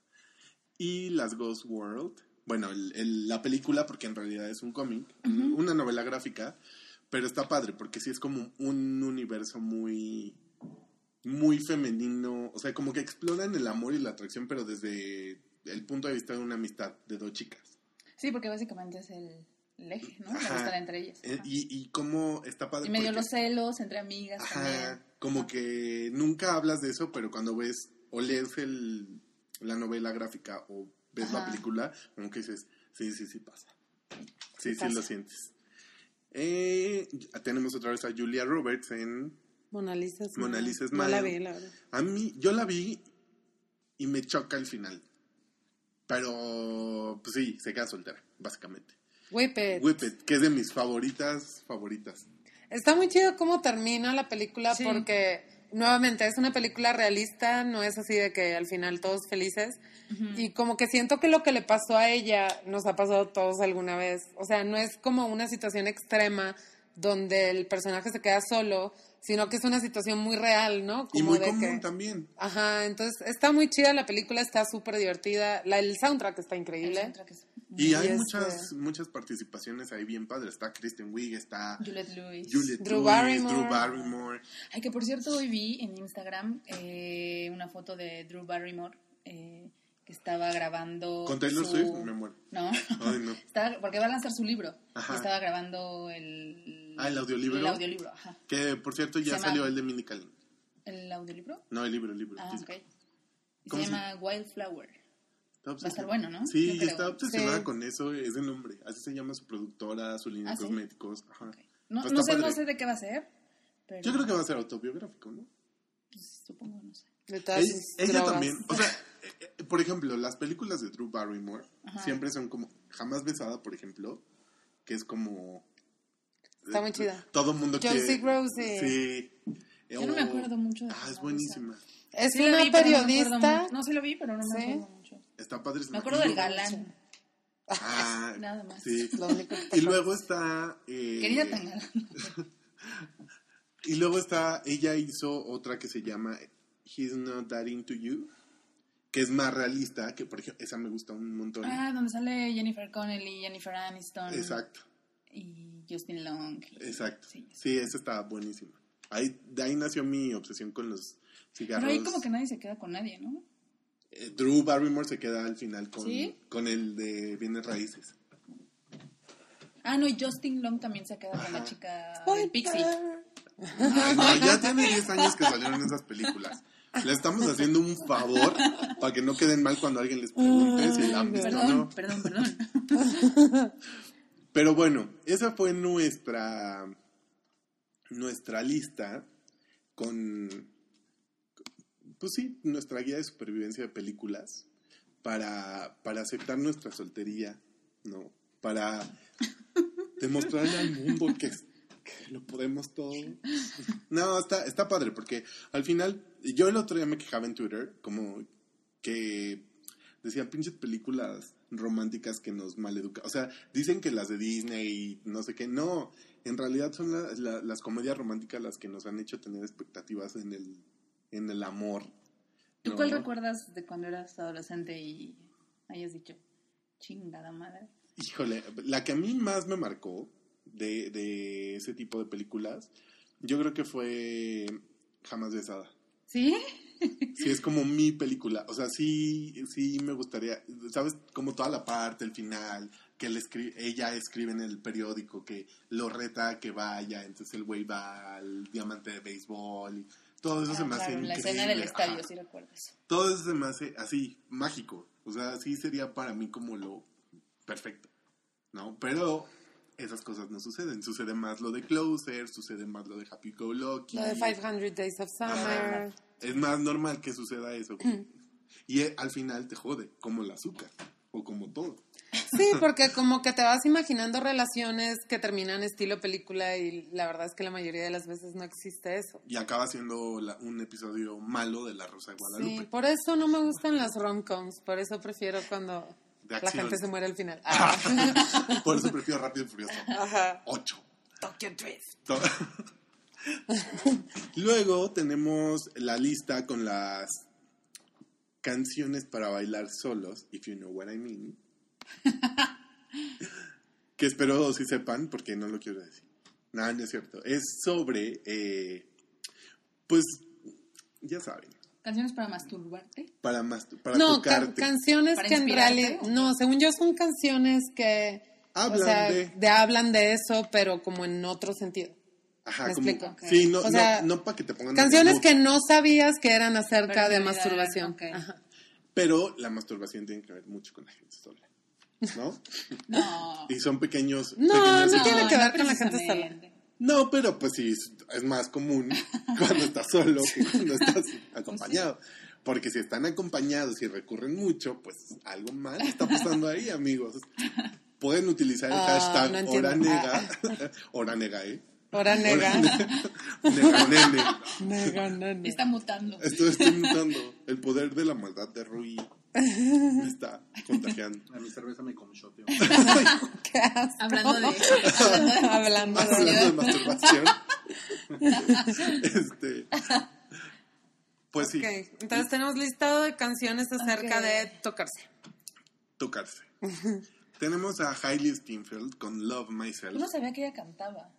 Speaker 2: Y Las Ghost World, bueno, el- el- la película, porque en realidad es un cómic, una novela gráfica, pero está padre, porque sí es como un universo muy, muy femenino, o sea, como que exploran el amor y la atracción, pero desde el punto de vista de una amistad de dos chicas.
Speaker 3: Sí, porque básicamente es el, el eje, ¿no? La
Speaker 2: Ajá.
Speaker 3: amistad entre ellas.
Speaker 2: Eh,
Speaker 3: Ajá.
Speaker 2: Y, y cómo está padre.
Speaker 3: Y medio
Speaker 2: porque-
Speaker 3: los celos entre amigas
Speaker 2: Ajá,
Speaker 3: también.
Speaker 2: como que nunca hablas de eso, pero cuando ves o lees el, la novela gráfica o ves la
Speaker 3: Ajá.
Speaker 2: película, como que dices, sí, sí, sí pasa. Sí, sí,
Speaker 3: pasa.
Speaker 2: lo sientes. Eh, tenemos otra vez a Julia Roberts en...
Speaker 5: Mona Lisa es
Speaker 2: Mona
Speaker 5: mala.
Speaker 2: Lisa es
Speaker 5: No la
Speaker 2: mala.
Speaker 5: vi, la verdad.
Speaker 2: A mí, yo la vi y me choca el final. Pero, pues sí, se queda soltera, básicamente.
Speaker 5: Whippet.
Speaker 2: Whippet, que es de mis favoritas, favoritas.
Speaker 5: Está muy chido cómo termina la película
Speaker 3: Sí.
Speaker 5: porque nuevamente es una película realista, no es así de que al final todos felices. Y como que siento que lo que le pasó a ella nos ha pasado a todos alguna vez. O sea, no es como una situación extrema donde el personaje se queda solo, sino que es una situación muy real, ¿no?
Speaker 2: Y
Speaker 5: Como
Speaker 2: muy
Speaker 5: de
Speaker 2: común
Speaker 5: que-
Speaker 2: también.
Speaker 5: Ajá, entonces está muy chida la película, está súper divertida. La, el soundtrack está
Speaker 3: El
Speaker 5: increíble.
Speaker 3: soundtrack es-
Speaker 2: Y hay
Speaker 5: este-
Speaker 2: muchas, muchas participaciones ahí bien padres. Está Kristen Wiig, está
Speaker 3: Juliette Lewis.
Speaker 2: Juliette
Speaker 5: Drew
Speaker 2: Lewis,
Speaker 5: Barrymore.
Speaker 2: Drew Barrymore.
Speaker 3: Ay, que por cierto, hoy vi en Instagram eh, una foto de Drew Barrymore eh, que estaba grabando.
Speaker 2: Con Taylor
Speaker 3: su-
Speaker 2: Swift me muero.
Speaker 3: No.
Speaker 2: Ay, no.
Speaker 3: Estaba- porque va a lanzar su libro.
Speaker 2: Ajá.
Speaker 3: Y estaba grabando el.
Speaker 2: Ah, el audiolibro.
Speaker 3: El audiolibro, ajá.
Speaker 2: Que por cierto ya
Speaker 3: Se llama-
Speaker 2: salió el de Minicalin.
Speaker 3: ¿El audiolibro?
Speaker 2: No, el libro, el libro.
Speaker 3: Ah,
Speaker 2: físico.
Speaker 3: ok. Y
Speaker 2: ¿Cómo
Speaker 3: se
Speaker 2: se-
Speaker 3: llama Wildflower.
Speaker 2: Está
Speaker 3: Va a estar
Speaker 2: obsesionada.
Speaker 3: bueno, ¿no? Yo
Speaker 2: Sí, yo
Speaker 3: creo.
Speaker 2: estaba obsesionada
Speaker 5: Sí.
Speaker 2: con eso, ese nombre. Así se llama su productora, su línea
Speaker 3: ¿Ah,
Speaker 2: de
Speaker 3: sí?
Speaker 2: cosméticos. Ajá.
Speaker 3: Ok. No,
Speaker 2: Pues
Speaker 3: no
Speaker 2: está
Speaker 3: sé, no
Speaker 2: padre.
Speaker 3: sé de qué va a ser. Pero,
Speaker 2: Yo creo que va a ser autobiográfico, ¿no?
Speaker 3: pues, supongo, no sé.
Speaker 5: De todas
Speaker 2: Ella,
Speaker 5: sus
Speaker 2: ella
Speaker 5: drogas.
Speaker 2: también, o sea, eh, eh, por ejemplo, las películas de Drew Barrymore
Speaker 3: Ajá.
Speaker 2: siempre son como Jamás Besada, por ejemplo, que es como...
Speaker 5: Está muy
Speaker 2: eh,
Speaker 5: chida.
Speaker 2: Todo el mundo
Speaker 5: Josie
Speaker 2: quiere...
Speaker 5: Rosie.
Speaker 2: Sí.
Speaker 3: Yo no me acuerdo mucho de
Speaker 2: Ah, es
Speaker 3: Jamás
Speaker 2: buenísima.
Speaker 5: Es
Speaker 3: Sí lo
Speaker 5: una
Speaker 3: vi, pero no me acuerdo
Speaker 5: periodista.
Speaker 3: mu- No, sí lo vi, pero no me
Speaker 5: Sí.
Speaker 3: acuerdo mucho.
Speaker 2: Está padrísima.
Speaker 3: Me acuerdo del
Speaker 2: Y luego-
Speaker 3: galán.
Speaker 2: Ah,
Speaker 3: Nada más.
Speaker 2: Sí.
Speaker 5: Lo único que te
Speaker 2: Y luego está... eh,
Speaker 3: Querida tan galán.
Speaker 2: Y luego está, ella hizo otra que se llama He's Not That Into You, que es más realista, que por ejemplo, esa me gusta un montón.
Speaker 3: Ah, donde sale Jennifer Connelly, Jennifer Aniston.
Speaker 2: Exacto.
Speaker 3: Y Justin Long.
Speaker 2: Exacto.
Speaker 3: Sí,
Speaker 2: Sí, esa estaba buenísima. Ahí, de ahí nació mi obsesión con los
Speaker 3: Pero
Speaker 2: cigarros.
Speaker 3: ahí como que nadie se queda con nadie, ¿no?
Speaker 2: Eh, Drew Barrymore se queda al final con,
Speaker 3: ¿Sí?
Speaker 2: con el de bienes raíces.
Speaker 3: Ah, no, y Justin Long también se queda con la chica del Pixie.
Speaker 2: Ay, no, Ah, ya tiene 10 años que salieron esas películas. Le estamos haciendo un favor para que no queden mal cuando alguien les pregunte si la han visto o
Speaker 3: Perdón,
Speaker 2: no.
Speaker 3: perdón, perdón.
Speaker 2: Pero bueno, esa fue nuestra nuestra lista con pues sí, nuestra guía de supervivencia de películas para, para aceptar nuestra soltería, ¿no? para demostrarle al mundo que, que lo podemos todo. No, está, está padre, porque al final, yo el otro día me quejaba en Twitter, como que decían pinches películas románticas que nos maleducan. O sea, dicen que las de Disney y no sé qué. No, en realidad son la- la- las comedias románticas las que nos han hecho tener expectativas en el, en el amor.
Speaker 3: ¿Tú
Speaker 2: ¿no?
Speaker 3: cuál recuerdas de cuando eras adolescente y hayas dicho, chingada madre?
Speaker 2: Híjole, la que a mí más me marcó de, de ese tipo de películas, yo creo que fue Jamás Besada.
Speaker 3: ¿Sí?
Speaker 2: Sí, es como mi película. O sea, sí, sí me gustaría, ¿sabes? Como toda la parte, el final, que él escri- ella escribe en el periódico que lo reta a que vaya, entonces el güey va al diamante de béisbol, y todo eso
Speaker 3: Ah,
Speaker 2: se me hace
Speaker 3: claro, la
Speaker 2: increíble.
Speaker 3: escena del
Speaker 2: Ajá.
Speaker 3: estadio, si recuerdas.
Speaker 2: Todo eso se me hace así, mágico. O sea, sí sería para mí como lo perfecto, ¿no? Pero esas cosas no suceden. Sucede más lo de Closer, sucede más lo de Happy Go Lucky.
Speaker 5: Lo de 500 Days of Summer.
Speaker 3: Ah.
Speaker 2: Es más normal que suceda eso. güey. y eh, al final te jode, como el azúcar, o como todo.
Speaker 5: Sí, porque como que te vas imaginando relaciones que terminan estilo película y la verdad es que la mayoría de las veces no existe eso.
Speaker 2: Y acaba siendo la- un episodio malo de La Rosa de Guadalupe.
Speaker 5: Sí, por eso no me gustan las rom-coms, por eso prefiero cuando
Speaker 2: De
Speaker 5: la
Speaker 2: acción.
Speaker 5: gente se muere al final. Ah.
Speaker 2: Por eso prefiero Rápido y Furioso.
Speaker 5: Ajá.
Speaker 2: Ocho.
Speaker 5: Tokyo Drift.
Speaker 2: To- Luego tenemos la lista con las canciones para bailar solos, if you know what I mean. que espero si sepan, porque no lo quiero decir. Nada, no es cierto. Es sobre, eh, pues, ya saben,
Speaker 3: ¿Canciones para masturbarte?
Speaker 2: para, más, para
Speaker 5: no, ca-
Speaker 2: tocarte.
Speaker 5: canciones
Speaker 3: ¿Para
Speaker 5: que en
Speaker 3: inspirarte?
Speaker 5: realidad, no, según yo son canciones que
Speaker 2: Hablan de-
Speaker 5: hablan de eso, pero como en otro sentido.
Speaker 2: Ajá,
Speaker 5: me
Speaker 2: como-
Speaker 5: explico.
Speaker 2: Sí, no,
Speaker 5: O sea,
Speaker 2: para que te pongan... en el
Speaker 5: Canciones
Speaker 2: mood,
Speaker 5: que no sabías que eran acerca
Speaker 3: Pero
Speaker 5: de
Speaker 3: en realidad,
Speaker 5: masturbación.
Speaker 3: ok.
Speaker 5: Ajá.
Speaker 2: Pero la masturbación tiene que ver mucho con la gente sola, ¿no?
Speaker 3: No.
Speaker 2: y son pequeños...
Speaker 5: No,
Speaker 2: pequeños
Speaker 5: no tiene que ver con la gente
Speaker 3: precisamente.
Speaker 2: No, pero pues sí, es, es más común cuando estás solo que cuando estás acompañado. Porque si están acompañados y recurren mucho, pues algo mal está pasando ahí, amigos. Pueden utilizar el
Speaker 5: Ah,
Speaker 2: hashtag
Speaker 5: no entiendo.
Speaker 2: Oranega. Oranega, ¿eh?
Speaker 5: Ahora nega.
Speaker 2: Nega, nene.
Speaker 5: Nega, nene.
Speaker 3: Está mutando.
Speaker 2: Estoy, estoy mutando. El poder de la maldad de Rui me está contagiando.
Speaker 4: A mi cerveza me conchoteó.
Speaker 5: Qué asco.
Speaker 3: Hablando de...
Speaker 5: Hablando de-
Speaker 2: Hablando de masturbación. Este. Pues sí,
Speaker 5: Ok, entonces tenemos listado de canciones acerca
Speaker 3: Ok.
Speaker 5: de tocarse.
Speaker 2: tocarse. Tenemos a Hailey Steinfeld con Love Myself.
Speaker 3: Yo no sabía que ella cantaba.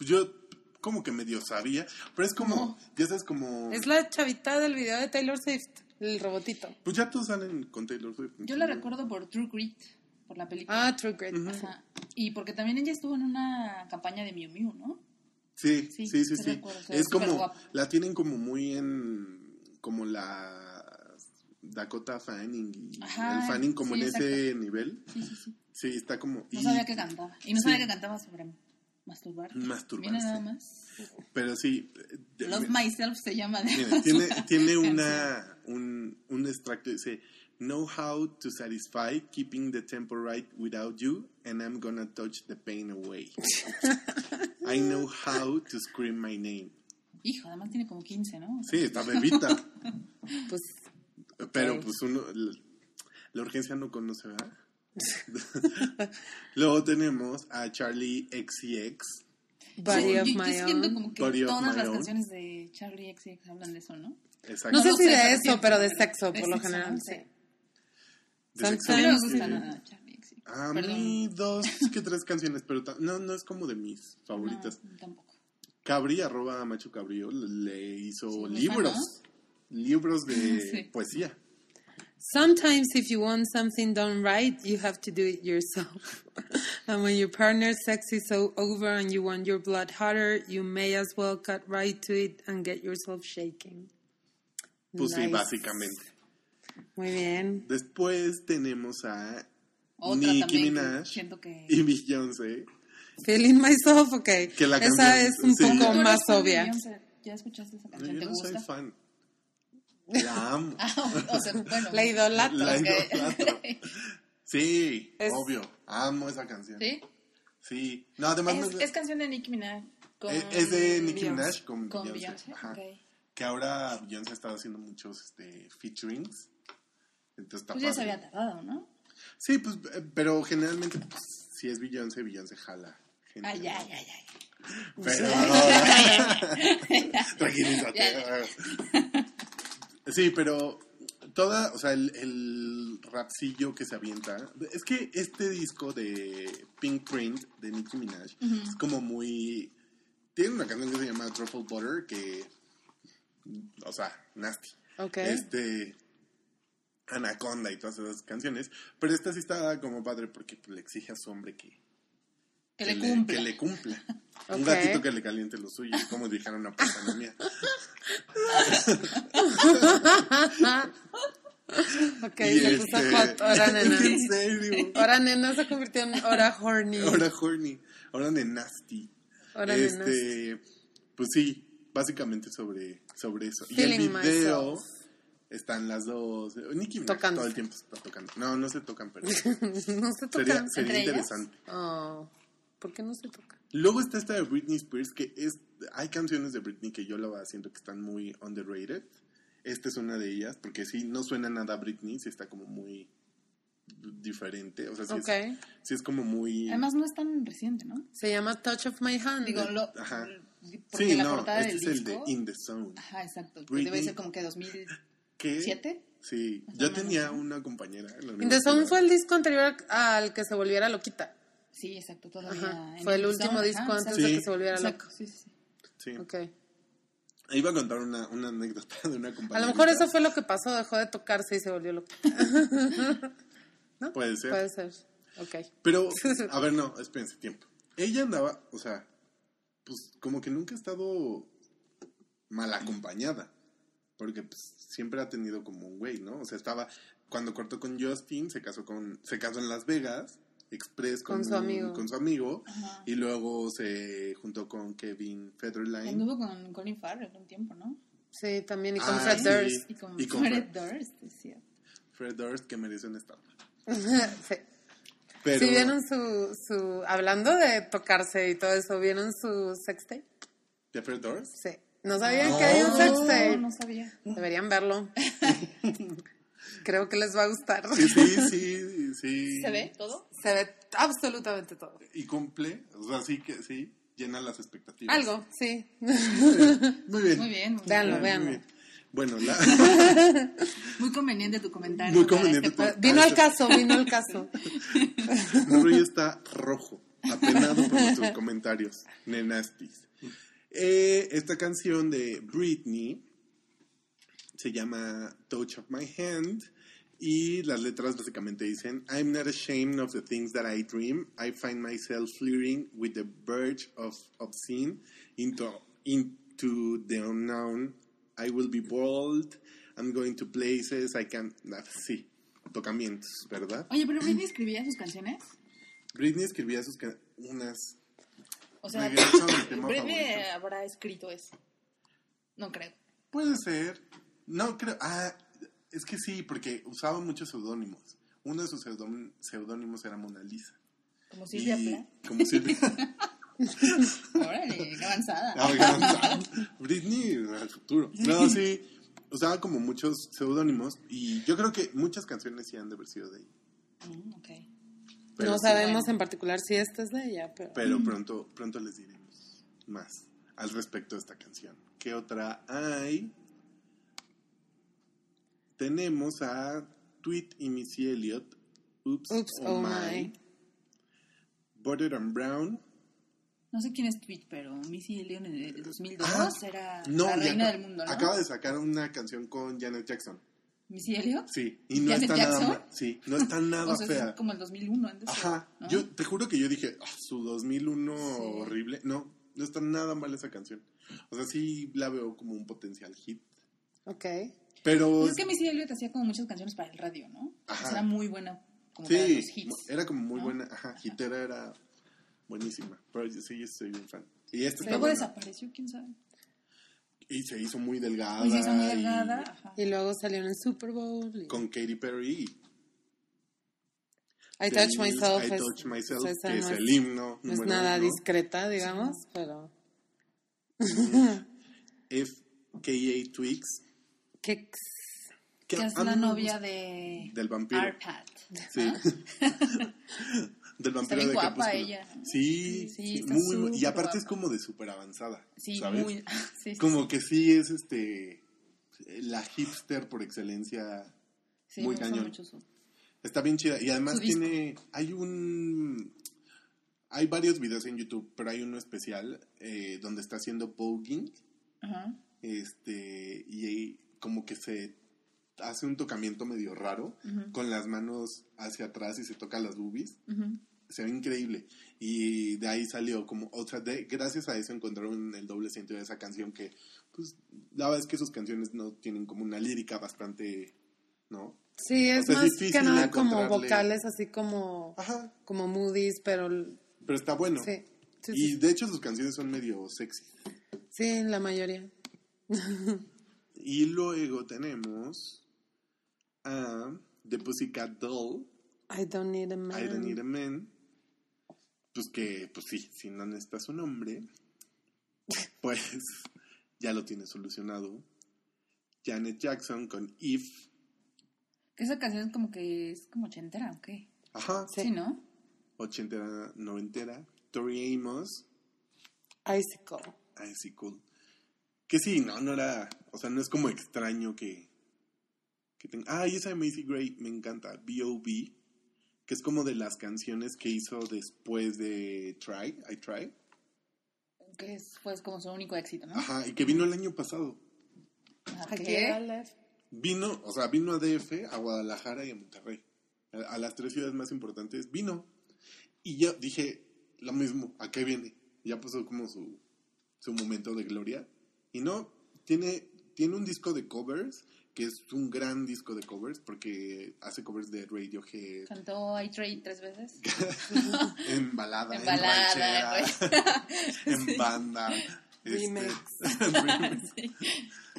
Speaker 2: Yo como que medio sabía, pero es como, ya sabes, como...
Speaker 5: Es la chavita del video de Taylor Swift, el robotito.
Speaker 2: Pues ya todos salen con Taylor Swift.
Speaker 3: Yo la recuerdo por True Grit, por la película.
Speaker 5: Ah, True Great.
Speaker 3: Ajá. Y porque también ella estuvo en una campaña de Miu Miu, ¿no?
Speaker 2: Sí, sí, sí,
Speaker 3: Sí,
Speaker 2: sí.
Speaker 3: sí recuerdo, se ve
Speaker 2: es como,
Speaker 3: superguapa.
Speaker 2: la tienen como muy en, como la Dakota Fanning y
Speaker 3: Ajá,
Speaker 2: el Fanning como
Speaker 3: sí,
Speaker 2: en ese nivel.
Speaker 3: Sí, sí, sí.
Speaker 2: Sí, está como...
Speaker 3: No
Speaker 2: y-
Speaker 3: sabía que cantaba. Y no sabía
Speaker 2: Sí.
Speaker 3: que cantaba sobre masturbar.
Speaker 2: Masturbarse.
Speaker 3: Mira nada más.
Speaker 2: Pero sí. eh, de-
Speaker 3: Love Myself se llama. de-
Speaker 2: Mira, tiene, tiene una, un, un extracto dice Know how to satisfy keeping the tempo right without you and I'm gonna touch the pain away. I know how to scream my name.
Speaker 3: Hijo, además tiene como 15, ¿no?
Speaker 2: Sí, está bebita.
Speaker 5: Pues
Speaker 2: Pero
Speaker 5: Ok.
Speaker 2: pues uno la, la urgencia no conoce, ¿verdad? Luego tenemos a Charlie XCX.
Speaker 5: Body
Speaker 3: Sí,
Speaker 5: of
Speaker 3: yo- yo
Speaker 5: My
Speaker 3: siento
Speaker 5: Own.
Speaker 3: como que
Speaker 2: Body of
Speaker 3: todas
Speaker 2: My
Speaker 3: las
Speaker 2: Own.
Speaker 3: canciones de Charlie XCX hablan de eso, ¿no?
Speaker 2: Exacto.
Speaker 5: No sé
Speaker 3: lo
Speaker 5: si
Speaker 3: sé,
Speaker 5: de
Speaker 3: pero
Speaker 5: eso,
Speaker 3: siento,
Speaker 5: pero de
Speaker 3: pero
Speaker 5: sexo,
Speaker 3: de
Speaker 5: por lo
Speaker 3: sexo,
Speaker 5: general,
Speaker 3: no
Speaker 5: sí.
Speaker 3: sé.
Speaker 2: De sexo.
Speaker 3: A mí no me
Speaker 5: Sí.
Speaker 3: gusta nada Charlie XCX.
Speaker 2: A
Speaker 3: Perdón.
Speaker 2: mí dos que tres canciones, pero ta- no, no es como de mis favoritas.
Speaker 3: No, Ah, tampoco.
Speaker 2: Cabri, arroba Macho Cabrío, le hizo
Speaker 3: Sí, muy
Speaker 2: libros. Libros de
Speaker 3: Sí.
Speaker 2: poesía.
Speaker 5: Sometimes if you want something done right, you have to do it yourself. and when your partner's sex is so over and you want your blood hotter, you may as well cut right to it and get yourself shaking.
Speaker 2: Pues sí,
Speaker 5: Nice.
Speaker 2: básicamente.
Speaker 5: Muy bien.
Speaker 2: Después tenemos a
Speaker 3: Otra
Speaker 2: Nicki
Speaker 3: también que
Speaker 2: Minaj
Speaker 3: siento que-
Speaker 2: y Beyoncé.
Speaker 5: Feeling myself, ok.
Speaker 2: Que la
Speaker 5: Esa
Speaker 2: canción-
Speaker 5: es un
Speaker 2: sí.
Speaker 5: poco
Speaker 3: ¿Tú eres
Speaker 5: más
Speaker 3: fan de
Speaker 5: obvia.
Speaker 3: Beyoncé? ¿Ya escuchaste esa
Speaker 2: No,
Speaker 3: canción?
Speaker 2: yo
Speaker 3: ¿Te
Speaker 2: no soy
Speaker 3: gusta?
Speaker 2: fan. La amo.
Speaker 3: Ah, o sea, bueno.
Speaker 5: La idolatra.
Speaker 2: La
Speaker 3: Ok.
Speaker 2: idolatro. Sí,
Speaker 5: Es-
Speaker 2: obvio. Amo esa canción. Sí.
Speaker 3: ¿Sí?
Speaker 2: No, además
Speaker 3: Es,
Speaker 2: no
Speaker 3: es canción de Nicki Minaj. con-
Speaker 2: es, es de Nicki
Speaker 5: Beyoncé.
Speaker 2: Minaj con,
Speaker 3: Con
Speaker 2: Beyoncé.
Speaker 3: Beyoncé,
Speaker 2: Ajá.
Speaker 3: ok.
Speaker 2: Que ahora Beyoncé ha estado haciendo muchos este, featurings. Entonces está
Speaker 3: Pues ya se
Speaker 2: padre.
Speaker 3: había tardado, ¿no?
Speaker 2: Sí, pues, eh, pero generalmente pues, si es Beyoncé, Beyoncé jala.
Speaker 3: Ay, ay,
Speaker 2: generalmente.
Speaker 3: ay, ay.
Speaker 2: Pero,
Speaker 3: Ya,
Speaker 2: tranquilízate. Sí, pero toda, o sea, el, el rapcillo que se avienta. Es que este disco de Pink Print de Nicki Minaj es como muy. Tiene una canción que se llama Truffle Butter que. O sea, nasty.
Speaker 5: Ok.
Speaker 2: Este. Anaconda y todas esas canciones. Pero esta sí está como padre porque pues, le exige a su hombre que
Speaker 3: Que le cumpla.
Speaker 2: que le cumpla.
Speaker 5: Ok.
Speaker 2: Un gatito que le caliente lo suyo, como dijeron una persona mía.
Speaker 5: Ok,
Speaker 2: Y
Speaker 5: se puso
Speaker 2: este-
Speaker 5: hot. Ahora nena.
Speaker 2: Es que en serio.
Speaker 5: Ahora nena se convirtió en hora horny.
Speaker 2: Ahora horny, ahora de nasty.
Speaker 5: Ahora de
Speaker 2: este, Pues sí, básicamente sobre, sobre eso. Y el
Speaker 5: Feeling
Speaker 2: video
Speaker 5: myself.
Speaker 2: están las dos. Nicki Minaj
Speaker 5: Tocando.
Speaker 2: todo el tiempo se está tocando. No, no se tocan, pero
Speaker 5: no se
Speaker 2: sería,
Speaker 5: toca.
Speaker 2: sería
Speaker 3: ¿Entre ellas?
Speaker 2: interesante.
Speaker 5: Oh, ¿Por qué no se toca?
Speaker 2: Luego está esta de Britney Spears, que es hay canciones de Britney que yo la siento que están muy underrated. Esta es una de ellas, porque sí, no suena nada a Britney, sí está como muy diferente. O sea, sí,
Speaker 5: Ok.
Speaker 2: es, sí es como muy...
Speaker 3: Además, no es tan reciente, ¿no?
Speaker 5: Se llama Touch of My Hand.
Speaker 3: Digo, lo,
Speaker 2: Mm, Ajá.
Speaker 3: porque
Speaker 2: sí,
Speaker 3: la
Speaker 2: no,
Speaker 3: portada
Speaker 2: este
Speaker 3: del
Speaker 2: es el de
Speaker 3: disco...
Speaker 2: In the Zone.
Speaker 3: Ajá, exacto. que
Speaker 2: Britney.
Speaker 3: Debe ser como que 2007.
Speaker 2: ¿Qué? Sí, yo
Speaker 3: menos,
Speaker 2: tenía
Speaker 3: ¿no?
Speaker 2: una compañera. en la
Speaker 5: In the Zone
Speaker 2: universidad.
Speaker 5: fue el disco anterior al que se volviera loquita.
Speaker 3: Sí, exacto, todavía.
Speaker 5: Ajá.
Speaker 3: en
Speaker 5: Fue el
Speaker 3: Zone,
Speaker 5: último
Speaker 3: ajá,
Speaker 5: disco antes
Speaker 3: exacto,
Speaker 5: de
Speaker 2: Sí.
Speaker 5: que se volviera
Speaker 3: Exacto,
Speaker 5: loca.
Speaker 3: sí, sí, sí.
Speaker 2: Sí.
Speaker 5: Ok.
Speaker 2: Iba a contar una, una anécdota de una
Speaker 5: A
Speaker 2: compañera.
Speaker 5: lo mejor eso fue lo que pasó, dejó de tocarse y se volvió loca. ¿No?
Speaker 2: Puede ser.
Speaker 5: Puede ser. Ok.
Speaker 2: Pero, a ver, no, espérense, tiempo. Ella andaba, o sea, pues como que nunca ha estado mal acompañada. Porque pues, siempre ha tenido como un güey, ¿no? O sea, estaba, cuando cortó con Justin, se casó con, se casó en Las Vegas, Express con,
Speaker 5: Con su
Speaker 2: un-
Speaker 5: amigo.
Speaker 2: con su amigo, y luego se juntó con Kevin Federline.
Speaker 3: Anduvo con Colin Farrell un tiempo, ¿no?
Speaker 5: Sí, también. Y con
Speaker 2: Ah,
Speaker 5: Fred
Speaker 2: sí.
Speaker 5: Durst.
Speaker 3: Y con,
Speaker 2: Y con
Speaker 3: Fred
Speaker 2: Fred.
Speaker 3: Durst, es cierto.
Speaker 2: Fred Durst, que merece un estado.
Speaker 5: Sí.
Speaker 2: Pero,
Speaker 5: Sí, vieron su, su. Hablando de tocarse y todo eso, ¿vieron su sextape?
Speaker 2: ¿de Fred Durst?
Speaker 5: Sí. ¿No sabían
Speaker 2: No.
Speaker 5: que hay un sextape?
Speaker 3: No, no sabía.
Speaker 5: Deberían verlo. Creo que les va a gustar.
Speaker 2: Sí, sí, sí, sí.
Speaker 3: ¿Se ve todo?
Speaker 5: Se ve absolutamente todo.
Speaker 2: Y cumple, o sea, sí que, sí, llena las expectativas.
Speaker 5: Algo, sí.
Speaker 2: Muy bien.
Speaker 3: Muy bien. Muy,
Speaker 5: Véanlo,
Speaker 3: bien.
Speaker 5: véanlo.
Speaker 2: bien. Bueno, la-
Speaker 3: Muy conveniente tu comentario.
Speaker 2: Muy
Speaker 3: para
Speaker 2: conveniente
Speaker 3: este podcast.
Speaker 5: Vino al caso, vino al caso.
Speaker 2: Morrillo está rojo, apenado por nuestros comentarios, nenastis. Eh, esta canción de Britney se llama Touch of My Hand y las letras básicamente dicen I'm not ashamed of the things that I dream. I find myself flirting with the verge of obscene into, into the unknown. I will be bold. I'm going to places I can't... ah, sí, tocamientos, ¿verdad?
Speaker 3: Oye, pero Britney escribía sus canciones.
Speaker 2: Britney escribía sus can- unas.
Speaker 3: O sea,
Speaker 2: Regreso a mi tema
Speaker 3: Britney
Speaker 2: favorito.
Speaker 3: habrá escrito eso. No creo.
Speaker 2: Puede ser. No creo. Ah, es que sí, porque usaba muchos seudónimos. Uno de sus seudón- seudónimos era Mona Lisa.
Speaker 3: Como Silvia
Speaker 2: Y-
Speaker 3: Plath.
Speaker 2: Como Silvia.
Speaker 3: Órale, qué avanzada.
Speaker 2: Ah, oigan, Britney al futuro. No, sí. Usaba como muchos seudónimos. Y yo creo que muchas canciones sí han de haber sido de ella.
Speaker 3: Mm, ok.
Speaker 2: Pero,
Speaker 5: no
Speaker 2: sí,
Speaker 5: sabemos en particular si esta es de ella, pero.
Speaker 3: Mm.
Speaker 2: pero pronto, pronto les diremos más al respecto de esta canción. ¿Qué otra hay? Tenemos a Tweet y Missy Elliott. Oops,
Speaker 5: Oops,
Speaker 2: oh,
Speaker 5: oh
Speaker 2: my.
Speaker 5: my.
Speaker 2: Butter and Brown.
Speaker 3: No sé quién es Twitch, pero Missy Elliott en el 2002 era
Speaker 2: Ah, No,
Speaker 3: la
Speaker 2: y
Speaker 3: reina
Speaker 2: aca-
Speaker 3: del mundo, ¿no?
Speaker 2: Acaba de sacar una canción con Janet Jackson.
Speaker 3: ¿Missy Elliott?
Speaker 2: Sí, y no
Speaker 3: ¿Janet
Speaker 2: está
Speaker 3: Jackson?
Speaker 2: nada ma- Sí, no está nada
Speaker 3: o sea,
Speaker 2: fea.
Speaker 3: es como el 2001 antes.
Speaker 2: Ajá.
Speaker 3: ¿no?
Speaker 2: Yo te juro que yo dije, "Ah, su 2001
Speaker 3: Sí.
Speaker 2: horrible. No, no está nada mal esa canción. O sea, sí la veo como un potencial hit.
Speaker 5: Ok.
Speaker 2: Pero
Speaker 3: Pues es que Missy Elliott hacía como muchas canciones para el radio, ¿no?
Speaker 2: Ajá.
Speaker 3: O sea, era muy buena como para
Speaker 2: sí,
Speaker 3: los hits.
Speaker 2: era como muy
Speaker 3: ¿no?
Speaker 2: buena. Ajá, hitera era buenísima. Pero yo sí, yo soy un fan. Y esta está
Speaker 3: Luego
Speaker 2: buena.
Speaker 3: desapareció, quién sabe.
Speaker 2: Y se hizo muy delgada.
Speaker 3: Pues sí, esa muy
Speaker 2: y-
Speaker 3: delgada. Ajá.
Speaker 5: Y luego salió en el Super Bowl. y-
Speaker 2: con Katy Perry.
Speaker 5: I touch
Speaker 2: del
Speaker 5: myself.
Speaker 2: I
Speaker 5: es-
Speaker 2: touch myself,
Speaker 5: o sea, esa
Speaker 2: que
Speaker 5: no
Speaker 2: es el himno.
Speaker 5: No es pues,
Speaker 2: número
Speaker 5: nada
Speaker 2: uno.
Speaker 5: discreta, digamos, pero.
Speaker 2: FKA Twigs.
Speaker 5: ¿Qué?
Speaker 2: que
Speaker 3: que
Speaker 2: a
Speaker 3: es la
Speaker 2: mí me
Speaker 3: novia de...
Speaker 2: Del vampiro.
Speaker 3: Arpad.
Speaker 2: Sí. Del
Speaker 3: Está
Speaker 2: vampiro
Speaker 3: bien
Speaker 2: de
Speaker 3: guapa
Speaker 2: Crepúsculo.
Speaker 3: ella.
Speaker 2: Sí,
Speaker 3: Sí,
Speaker 2: sí,
Speaker 3: está
Speaker 2: muy, muy- y
Speaker 3: súper
Speaker 2: aparte es
Speaker 3: guapa.
Speaker 2: como de súper avanzada,
Speaker 3: Sí,
Speaker 2: ¿sabes?
Speaker 3: muy... Sí, sí,
Speaker 2: Como que sí es este la hipster por excelencia.
Speaker 3: sí,
Speaker 2: muy
Speaker 3: me gusta
Speaker 2: cañón.
Speaker 3: mucho su-
Speaker 2: Está bien chida y además
Speaker 3: Su disco.
Speaker 2: tiene hay un hay varios videos en YouTube, pero hay uno especial eh, donde está haciendo poking
Speaker 3: Ajá.
Speaker 2: este y ahí como que se hace un tocamiento medio raro con las manos hacia atrás y se toca las boobies
Speaker 3: Ujú.
Speaker 2: se ve increíble. Y de ahí salió como otra. De, gracias a eso encontraron el doble sentido de esa canción que, pues, la verdad es que sus canciones no tienen como una lírica bastante, ¿no?
Speaker 5: Sí, es
Speaker 2: sea, es
Speaker 5: más
Speaker 2: difícil
Speaker 5: que nada como
Speaker 2: encontrarle-
Speaker 5: vocales, así como,
Speaker 2: Ajá.
Speaker 5: como Moody's, pero. l-
Speaker 2: Pero está bueno.
Speaker 5: Sí, sí,
Speaker 2: Y
Speaker 5: sí,
Speaker 2: de hecho sus canciones son medio sexy.
Speaker 5: sí, la mayoría.
Speaker 2: Y luego tenemos a The Pussycat Doll,
Speaker 5: I don't need a man.
Speaker 2: I Don't Need a Man. Pues que, pues sí, si no necesitas un hombre, pues ya lo tienes solucionado. Janet Jackson con If.
Speaker 3: Que esa canción es como que es como ochentera, ¿o qué?
Speaker 2: Ajá.
Speaker 5: Sí.
Speaker 3: Sí, ¿no?
Speaker 2: Ochentera, noventera. Tori Amos.
Speaker 5: Icicle.
Speaker 2: Ay, sí, cool. Que sí, no, no era. O sea, no es como extraño que. que tenga. Ah, y esa de Macy Gray me encanta. B.O.B. Que es como de las canciones que hizo después de Try, I Try.
Speaker 3: Que es pues como su único éxito, ¿no?
Speaker 2: Ajá, y que vino el año pasado. Ah,
Speaker 3: Ajá,
Speaker 5: Aquí,
Speaker 3: ¿Qué?
Speaker 5: Aleph.
Speaker 2: Vino, o sea, vino a DF, a Guadalajara y a Monterrey. A, a las tres ciudades más importantes vino. Y yo dije, lo mismo, ¿a qué viene? Ya pasó como su, su momento de gloria. Y no, tiene, tiene un disco de covers, que es un gran disco de covers, porque hace covers de Radiohead,
Speaker 3: Cantó I Trade tres veces.
Speaker 2: en balada, en,
Speaker 3: En balada,
Speaker 2: ranchera, en banda. este,
Speaker 5: Remix.
Speaker 2: remix.
Speaker 3: Sí.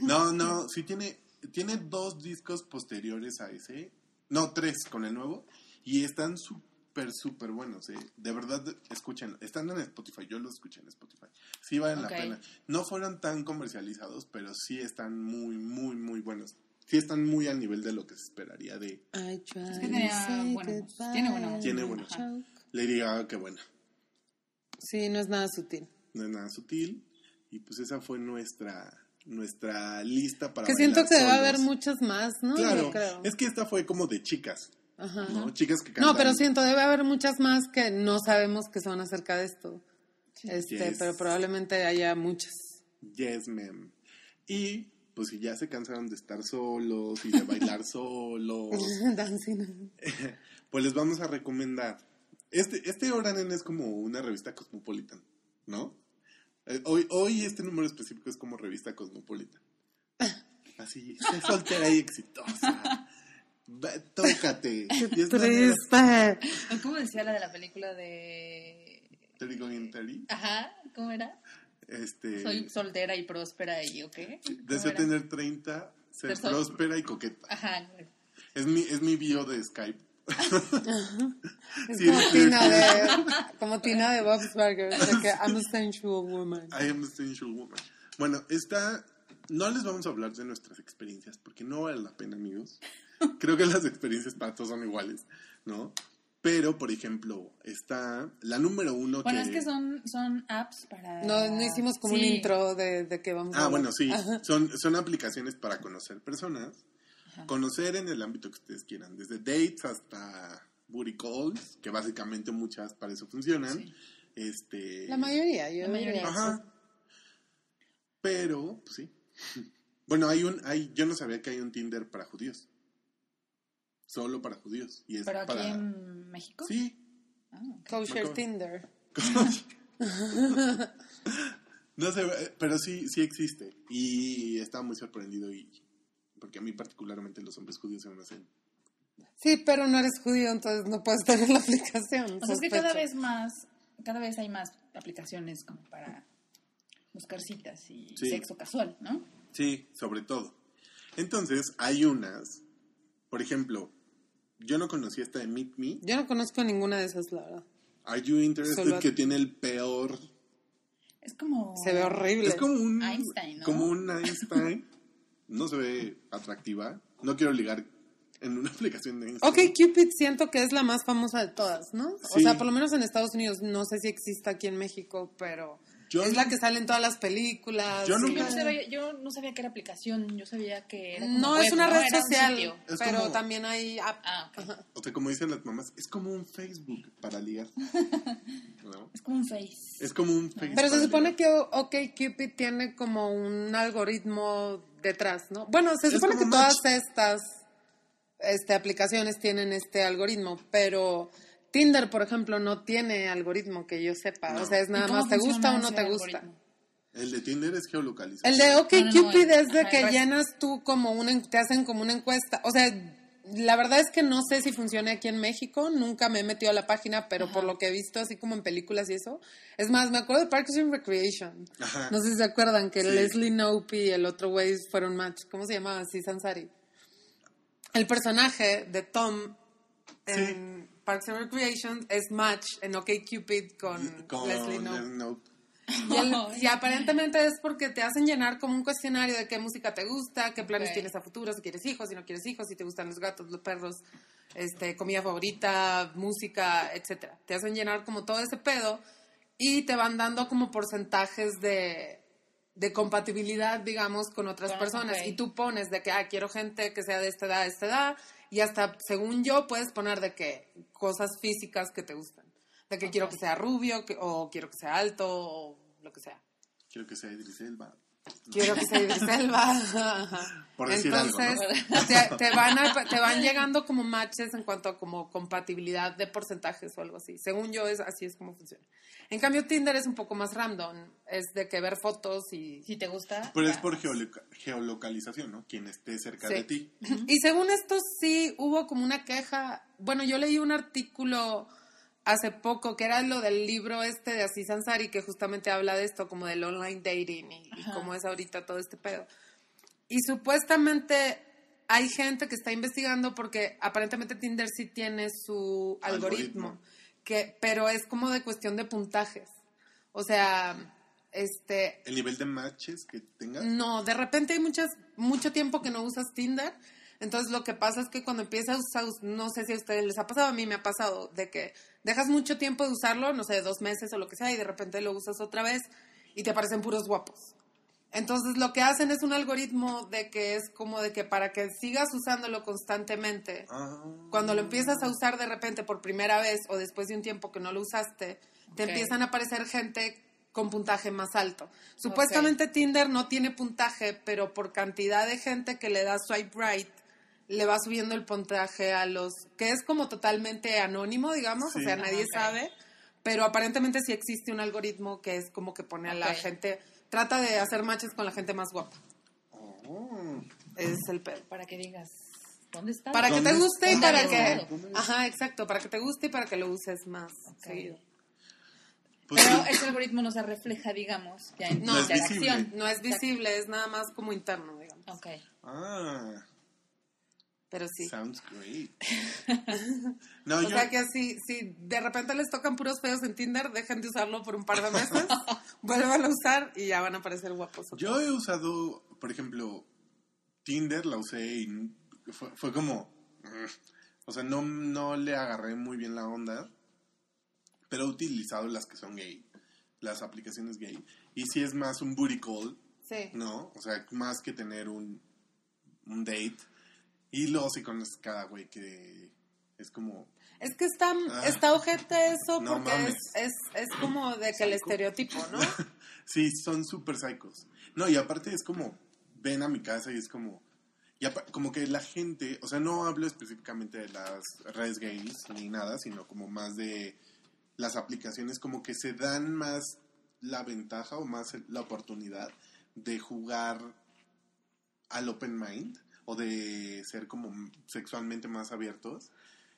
Speaker 2: No, no, sí tiene, tiene dos discos posteriores a ese. No, tres con el nuevo. Y están súper, súper buenos, ¿eh? De verdad, escuchen. Están en Spotify. Yo los escuché en Spotify. Sí valen
Speaker 3: Ok.
Speaker 2: la pena. No fueron tan comercializados, pero sí están muy, muy, muy buenos. Sí están muy al nivel de lo que se esperaría de
Speaker 5: I tried
Speaker 3: que tenía
Speaker 5: to say
Speaker 3: buena voz.
Speaker 5: goodbye
Speaker 3: Tiene buena voz.
Speaker 2: Tiene
Speaker 5: and
Speaker 2: buena.
Speaker 5: choke.
Speaker 2: Lady Gaga, que bueno.
Speaker 5: Sí, no es nada sutil.
Speaker 2: No es nada sutil. Y pues esa fue nuestra, nuestra lista para
Speaker 5: que
Speaker 2: bailar
Speaker 5: siento que debe
Speaker 2: solos.
Speaker 5: haber muchas más, ¿no?
Speaker 2: Claro,
Speaker 5: Yo creo.
Speaker 2: es que esta fue como de chicas,
Speaker 5: Ajá.
Speaker 2: ¿no? Chicas que cantan.
Speaker 5: No, pero siento, debe haber muchas más que no sabemos que son acerca de esto. Este,
Speaker 2: Yes.
Speaker 5: pero probablemente haya muchas.
Speaker 2: Yes, ma'am. Y pues si ya se cansaron de estar solos y de bailar solos,
Speaker 5: Dancing.
Speaker 2: pues les vamos a recomendar. Este, este Oranen es como una revista cosmopolitan, ¿no? Eh, hoy, hoy este número específico es como revista cosmopolitan. Así, sé soltera y exitosa. Va, tócate. Y es la mera
Speaker 5: Triste.
Speaker 3: ¿O ¿Cómo decía la de la película de...
Speaker 2: Terry Going Terry.
Speaker 3: Ajá, ¿cómo era?
Speaker 2: Este,
Speaker 3: Soy soltera y próspera y ¿o qué? ¿Cómo
Speaker 2: deseo
Speaker 3: era?
Speaker 2: tener 30, ser
Speaker 3: Ser sol-
Speaker 2: próspera y coqueta.
Speaker 3: Ajá, bueno.
Speaker 2: Es mi, es mi bio de Skype.
Speaker 5: Es
Speaker 2: Sí,
Speaker 5: como,
Speaker 2: es
Speaker 5: Tina de,
Speaker 2: divertido.
Speaker 5: como Tina de Bob's Burgers, de que I'm a sensual woman.
Speaker 2: I am a sensual woman. Bueno, esta. No les vamos a hablar de nuestras experiencias porque no vale la pena, amigos. Creo que las experiencias para todos son iguales, ¿no? Pero, por ejemplo, está la número uno
Speaker 3: Bueno,
Speaker 2: que.
Speaker 3: es que son, son apps para...
Speaker 5: No, no hicimos como un
Speaker 3: Ah, Sí.
Speaker 5: intro de, de que vamos a
Speaker 2: Ah,
Speaker 5: hablar.
Speaker 2: bueno, sí.
Speaker 5: Ajá.
Speaker 2: Son, son aplicaciones para conocer personas. Conocer en el ámbito que ustedes quieran. Desde dates hasta booty calls, que básicamente muchas para eso funcionan.
Speaker 3: Sí.
Speaker 2: Este.
Speaker 5: La mayoría, yo
Speaker 3: La mayoría.
Speaker 5: diría.
Speaker 2: Ajá. Pero, pues sí. Bueno, hay un, hay, yo no sabía que hay un Tinder para judíos. Solo para judíos. Y es
Speaker 3: ¿Pero aquí
Speaker 2: para.
Speaker 3: en México?
Speaker 2: Sí.
Speaker 3: Ah, ok.
Speaker 5: Kosher
Speaker 2: Marco.
Speaker 5: Tinder.
Speaker 2: no sé, eh, pero sí, sí existe. Y estaba muy sorprendido y porque a mí particularmente los hombres judíos se me hacen.
Speaker 5: Sí, pero no eres judío, entonces no puedes tener la aplicación.
Speaker 3: O sea, es que
Speaker 5: sospecho.
Speaker 3: cada vez más, cada vez hay más aplicaciones como para buscar citas y
Speaker 2: Sí.
Speaker 3: sexo casual, ¿no?
Speaker 2: Sí, sobre todo. Entonces, hay unas, por ejemplo, Yo no conocí esta de Meet Me.
Speaker 5: Yo no conozco ninguna de esas, la verdad.
Speaker 2: Are You Interested?
Speaker 5: Solo-
Speaker 2: Que tiene el peor.
Speaker 3: Es como.
Speaker 5: Se ve horrible.
Speaker 2: Es como un.
Speaker 3: Einstein, ¿no?
Speaker 2: Como un Einstein. no se ve atractiva. No quiero ligar en una aplicación de Instagram.
Speaker 5: Ok, Cupid siento que es la más famosa de todas, ¿no? O
Speaker 2: Sí.
Speaker 5: sea, por lo menos en Estados Unidos, no sé si exista aquí en México, pero
Speaker 2: Yo-
Speaker 5: es la que sale en todas las películas.
Speaker 2: Yo
Speaker 5: y-
Speaker 2: nunca-
Speaker 3: Yo no, sabía, yo no sabía que era aplicación, yo sabía que era. como
Speaker 5: No,
Speaker 3: web,
Speaker 5: es una red
Speaker 3: Era un
Speaker 5: social,
Speaker 3: sitio.
Speaker 2: Es
Speaker 5: pero
Speaker 2: como-
Speaker 5: también hay app.
Speaker 3: Ah, ok.
Speaker 5: Ajá.
Speaker 2: O sea, como dicen las mamás, es como un Facebook para ligar. ¿No?
Speaker 3: Es como un Face.
Speaker 2: Es como un Facebook.
Speaker 5: Pero se
Speaker 2: para
Speaker 5: supone
Speaker 2: ligar.
Speaker 5: que OK Cupid tiene como un algoritmo detrás, ¿no? Bueno, se
Speaker 2: Es
Speaker 5: supone
Speaker 2: como
Speaker 5: que
Speaker 2: Match.
Speaker 5: todas estas este, aplicaciones tienen este algoritmo, pero Tinder, por ejemplo, no tiene algoritmo que yo sepa.
Speaker 2: No.
Speaker 5: O sea, es
Speaker 3: ¿Y
Speaker 5: nada
Speaker 3: cómo
Speaker 5: más te gusta
Speaker 3: funciona
Speaker 5: o no
Speaker 3: ese
Speaker 5: te gusta.
Speaker 3: algoritmo?
Speaker 2: El de Tinder es geolocalizado.
Speaker 5: El de OK
Speaker 3: No, no, no,
Speaker 5: Cupid
Speaker 3: el-
Speaker 5: es de
Speaker 3: ajá,
Speaker 5: que
Speaker 3: el resto.
Speaker 5: llenas tú como una, en- te hacen como una encuesta. O sea, la verdad es que no sé si funciona aquí en México, nunca me he metido a la página, pero por lo que he visto así como en películas y eso. Es más, me acuerdo de Parks and Recreation.
Speaker 2: Ajá.
Speaker 5: No sé si se acuerdan que
Speaker 2: Sí.
Speaker 5: Leslie Nope y el otro güey fueron match. ¿Cómo se llamaba? Sí, Sansari. El personaje de Tom en Parks and Recreation es match en OK Cupid con,
Speaker 2: Con
Speaker 5: Leslie Nope.
Speaker 2: el Nope.
Speaker 5: Y, el- y aparentemente es porque te hacen llenar como un cuestionario de qué música te gusta, qué planes
Speaker 3: Ok.
Speaker 5: tienes a futuro, si quieres hijos, si no quieres hijos, si te gustan los gatos, los perros, este, comida favorita, música, etcétera. Te hacen llenar como todo ese pedo y te van dando como porcentajes de, de compatibilidad, digamos, con otras
Speaker 3: Ah,
Speaker 5: personas.
Speaker 3: ok.
Speaker 5: Y tú pones de que, ah, quiero gente que sea de esta edad, de esta edad, y hasta, según yo, puedes poner de que cosas físicas que te gustan. De que quiero que sea rubio, que- o quiero que sea alto, o lo que sea.
Speaker 2: Quiero que sea Idris Elba.
Speaker 5: Quiero que sea de selva.
Speaker 2: Por decir algo, ¿no?
Speaker 5: Entonces, te, te van a- te van llegando como matches en cuanto a como compatibilidad de porcentajes o algo así. Según yo, es así es como funciona. En cambio, Tinder es un poco más random. Es de que ver fotos y...
Speaker 3: Si te gusta. ah,
Speaker 2: Pero es
Speaker 3: ya.
Speaker 2: por geoloca- geolocalización, ¿no? Quien esté cerca
Speaker 5: Sí.
Speaker 2: de ti.
Speaker 5: Y según esto sí hubo como una queja. Bueno, yo leí un artículo hace poco que era lo del libro este de Asís Ansari que justamente habla de esto, como del online dating y, y
Speaker 3: Ajá.
Speaker 5: cómo es ahorita todo este pedo. Y supuestamente hay gente que está investigando porque aparentemente Tinder sí tiene su algoritmo,
Speaker 2: Algoritmo.
Speaker 5: que pero es como de cuestión de puntajes. O sea, este
Speaker 2: El nivel de matches que tengas.
Speaker 5: no, de repente hay muchas, mucho tiempo que no usas Tinder. Entonces lo que pasa es que cuando empiezas a usar, no sé si a ustedes les ha pasado, a mí me ha pasado, de que dejas mucho tiempo de usarlo, no sé, dos meses o lo que sea, y de repente lo usas otra vez y te parecen puros guapos. Entonces lo que hacen es un algoritmo de que es como de que para que sigas usándolo constantemente,
Speaker 2: Ah.
Speaker 5: cuando lo empiezas a usar de repente por primera vez o después de un tiempo que no lo usaste, te
Speaker 3: Ok.
Speaker 5: empiezan a aparecer gente con puntaje más alto. Supuestamente Tinder no tiene puntaje, pero por cantidad de gente que le da swipe right, le va subiendo el puntaje a los que es como totalmente anónimo, digamos, o
Speaker 2: Sí.
Speaker 5: sea, nadie
Speaker 3: Ah, ok.
Speaker 5: sabe, pero aparentemente sí existe un algoritmo que es como que pone a la
Speaker 3: Ok.
Speaker 5: gente, trata de hacer matches con la gente más guapa.
Speaker 2: Oh.
Speaker 5: Ese es el pedo.
Speaker 3: Para que digas. ¿Dónde está?
Speaker 5: Para que te
Speaker 2: ¿Dónde
Speaker 5: guste y
Speaker 3: está?
Speaker 5: para que...
Speaker 3: Claro.
Speaker 5: Ajá, exacto, para que te guste y para que lo uses más.
Speaker 3: Ok.
Speaker 5: seguido.
Speaker 2: Pues
Speaker 3: Pero
Speaker 2: sí.
Speaker 3: ese algoritmo no se refleja, digamos, ya en
Speaker 5: No.
Speaker 3: tu
Speaker 5: No es
Speaker 3: interacción.
Speaker 5: No es visible, es nada más como interno, digamos.
Speaker 3: Ok.
Speaker 2: Ah,
Speaker 5: Pero sí.
Speaker 2: sounds great. No,
Speaker 5: O
Speaker 2: yo,
Speaker 5: sea que si, si de repente les tocan puros feos en Tinder, dejen de usarlo por un par de meses, vuelvan a usar y ya van a parecer guapos. otra
Speaker 2: yo he usado, por ejemplo, Tinder, la usé y n- fue, fue como... mm, O sea, no, no le agarré muy bien la onda, pero he utilizado las que son gay, las aplicaciones gay. Y si es más un booty call,
Speaker 5: vez. Sí.
Speaker 2: ¿no? O sea, más que tener un, un date. Y luego si conoces cada güey que es como...
Speaker 5: Es que está,
Speaker 2: Ah.
Speaker 5: está ojete eso
Speaker 2: No
Speaker 5: porque
Speaker 2: mames.
Speaker 5: es, es, es como de que el estereotipo, ¿no?
Speaker 2: Sí, son súper psychos. No, y aparte es como, ven a mi casa y es como, y apa- como que la gente, o sea, no hablo específicamente de las redes gays ni nada, sino como más de las aplicaciones, como que se dan más la ventaja o más el- la oportunidad de jugar al open mind o de ser como m- sexualmente más abiertos.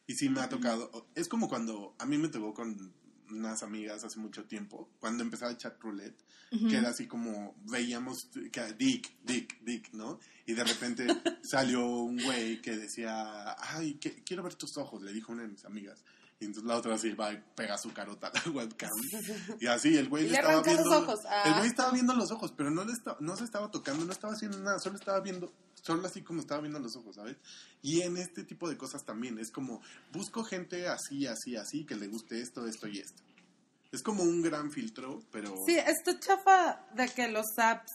Speaker 2: Y sí me ha tocado, es como cuando a mí me tocó con unas amigas hace mucho tiempo, cuando empezaba el chat roulette, que era así como veíamos que- Dick, Dick, Dick, ¿no? Y de repente salió un güey que decía, ay, que- quiero ver tus ojos, le dijo una de mis amigas. Y entonces la otra así va y pega su carota a la webcam. Y así el güey
Speaker 5: Y
Speaker 2: le
Speaker 5: le
Speaker 2: estaba
Speaker 5: arranca los
Speaker 2: viendo.
Speaker 5: ojos. Ah.
Speaker 2: El güey estaba viendo los ojos, pero no, le esta- no se estaba tocando, no estaba haciendo nada, solo estaba viendo, solo así como estaba viendo los ojos, ¿sabes? Y en este tipo de cosas también, es como, busco gente así, así, así, que le guste esto, esto y esto. Es como un gran filtro, pero...
Speaker 5: Sí, esto chafa de que los apps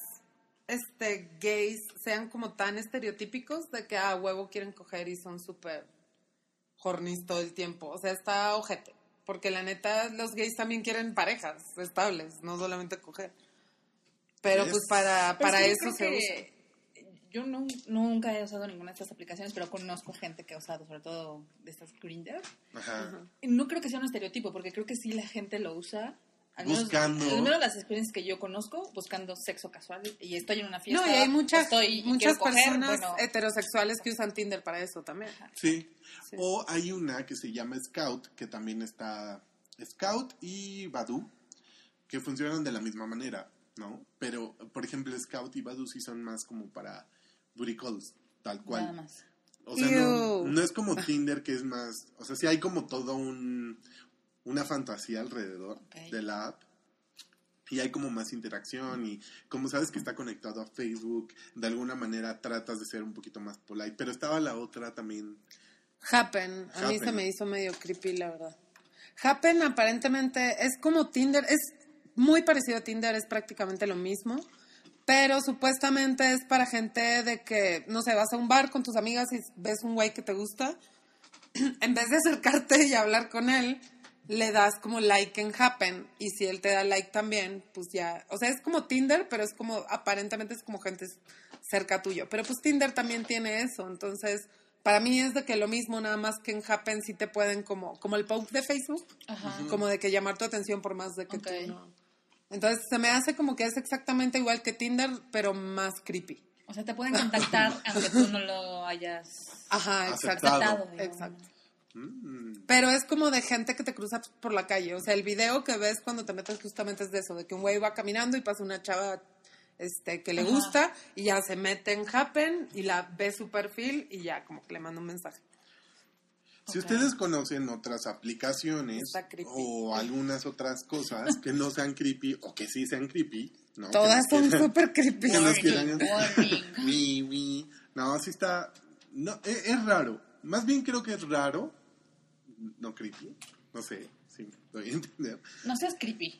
Speaker 5: este, gays sean como tan estereotípicos de que a huevo quieren coger y son súper hornis todo el tiempo. O sea, está ojete. Porque la neta, los gays también quieren parejas estables, no solamente coger. Pero
Speaker 2: Es-
Speaker 5: pues para,
Speaker 3: Pero
Speaker 5: para
Speaker 3: es que
Speaker 5: eso
Speaker 3: yo
Speaker 5: se
Speaker 3: creo
Speaker 5: usa.
Speaker 3: que Yo nu- nunca he usado ninguna de estas aplicaciones, pero conozco gente que ha usado, sobre todo de estas Grindr.
Speaker 2: Ajá.
Speaker 3: Y No creo que sea un estereotipo, porque creo que sí la gente lo usa. Al menos,
Speaker 2: Buscando.
Speaker 3: Al menos las experiencias que yo conozco, buscando sexo casual. Y estoy en una fiesta.
Speaker 5: No, y hay muchas,
Speaker 3: estoy y
Speaker 5: muchas
Speaker 3: quiero coger,
Speaker 5: personas
Speaker 3: bueno,
Speaker 5: heterosexuales que usan Tinder para eso también.
Speaker 2: Sí.
Speaker 5: Sí.
Speaker 2: O hay una que se llama Scout, que también está Scout y Badu, que funcionan de la misma manera, ¿no? Pero, por ejemplo, Scout y Badu sí son más como para booty calls, tal cual.
Speaker 3: Nada más.
Speaker 2: O sea, no,
Speaker 5: Ew.
Speaker 2: no es como Tinder que es más, o sea, sí hay como todo un una fantasía alrededor
Speaker 3: Ok.
Speaker 2: de la app. Y hay como más interacción y como sabes que está conectado a Facebook, de alguna manera tratas de ser un poquito más polite, pero estaba la otra también.
Speaker 5: Happen. A mí
Speaker 2: Happen.
Speaker 5: se me hizo medio creepy, la verdad. Happen aparentemente es como Tinder, es muy parecido a Tinder, es prácticamente lo mismo, pero supuestamente es para gente de que, no sé, vas a un bar con tus amigas y ves un güey que te gusta, en vez de acercarte y hablar con él, le das como like en Happen y si él te da like también, pues ya, o sea, es como Tinder, pero es como, aparentemente es como gente cerca tuyo, pero pues Tinder también tiene eso, entonces, para mí es de que lo mismo, nada más que en Happen sí te pueden como, como el poke de Facebook,
Speaker 3: Ajá.
Speaker 5: como de que llamar tu atención por más de que
Speaker 3: Ok.
Speaker 5: tú no. Entonces se me hace como que es exactamente igual que Tinder, pero más creepy.
Speaker 3: O sea, te pueden contactar aunque tú no lo hayas
Speaker 5: Ajá, exacto.
Speaker 2: Aceptado.
Speaker 3: tratado. digamos.
Speaker 5: Exacto.
Speaker 2: Mm,
Speaker 5: Pero es como de gente que te cruza por la calle. O sea, el video que ves cuando te metes justamente es de eso, de que un güey va caminando y pasa una chava este, que le
Speaker 3: Ajá.
Speaker 5: gusta y ya se mete en Happen y la ve su perfil y ya como que le manda un mensaje.
Speaker 2: Si
Speaker 3: Ok.
Speaker 2: ustedes conocen otras aplicaciones
Speaker 5: Está creepy.
Speaker 2: o algunas otras cosas que no sean creepy o que sí sean creepy, ¿no? Que
Speaker 5: Todas
Speaker 2: nos
Speaker 5: son
Speaker 2: quieran-
Speaker 5: súper creepy.
Speaker 2: que nos
Speaker 3: Warning,
Speaker 2: quieran-
Speaker 3: warning.
Speaker 2: Wi, wi. No, sí está. No, e- es, raro. Más bien creo que es raro. No creepy. No sé si me doy a entender.
Speaker 3: No seas creepy.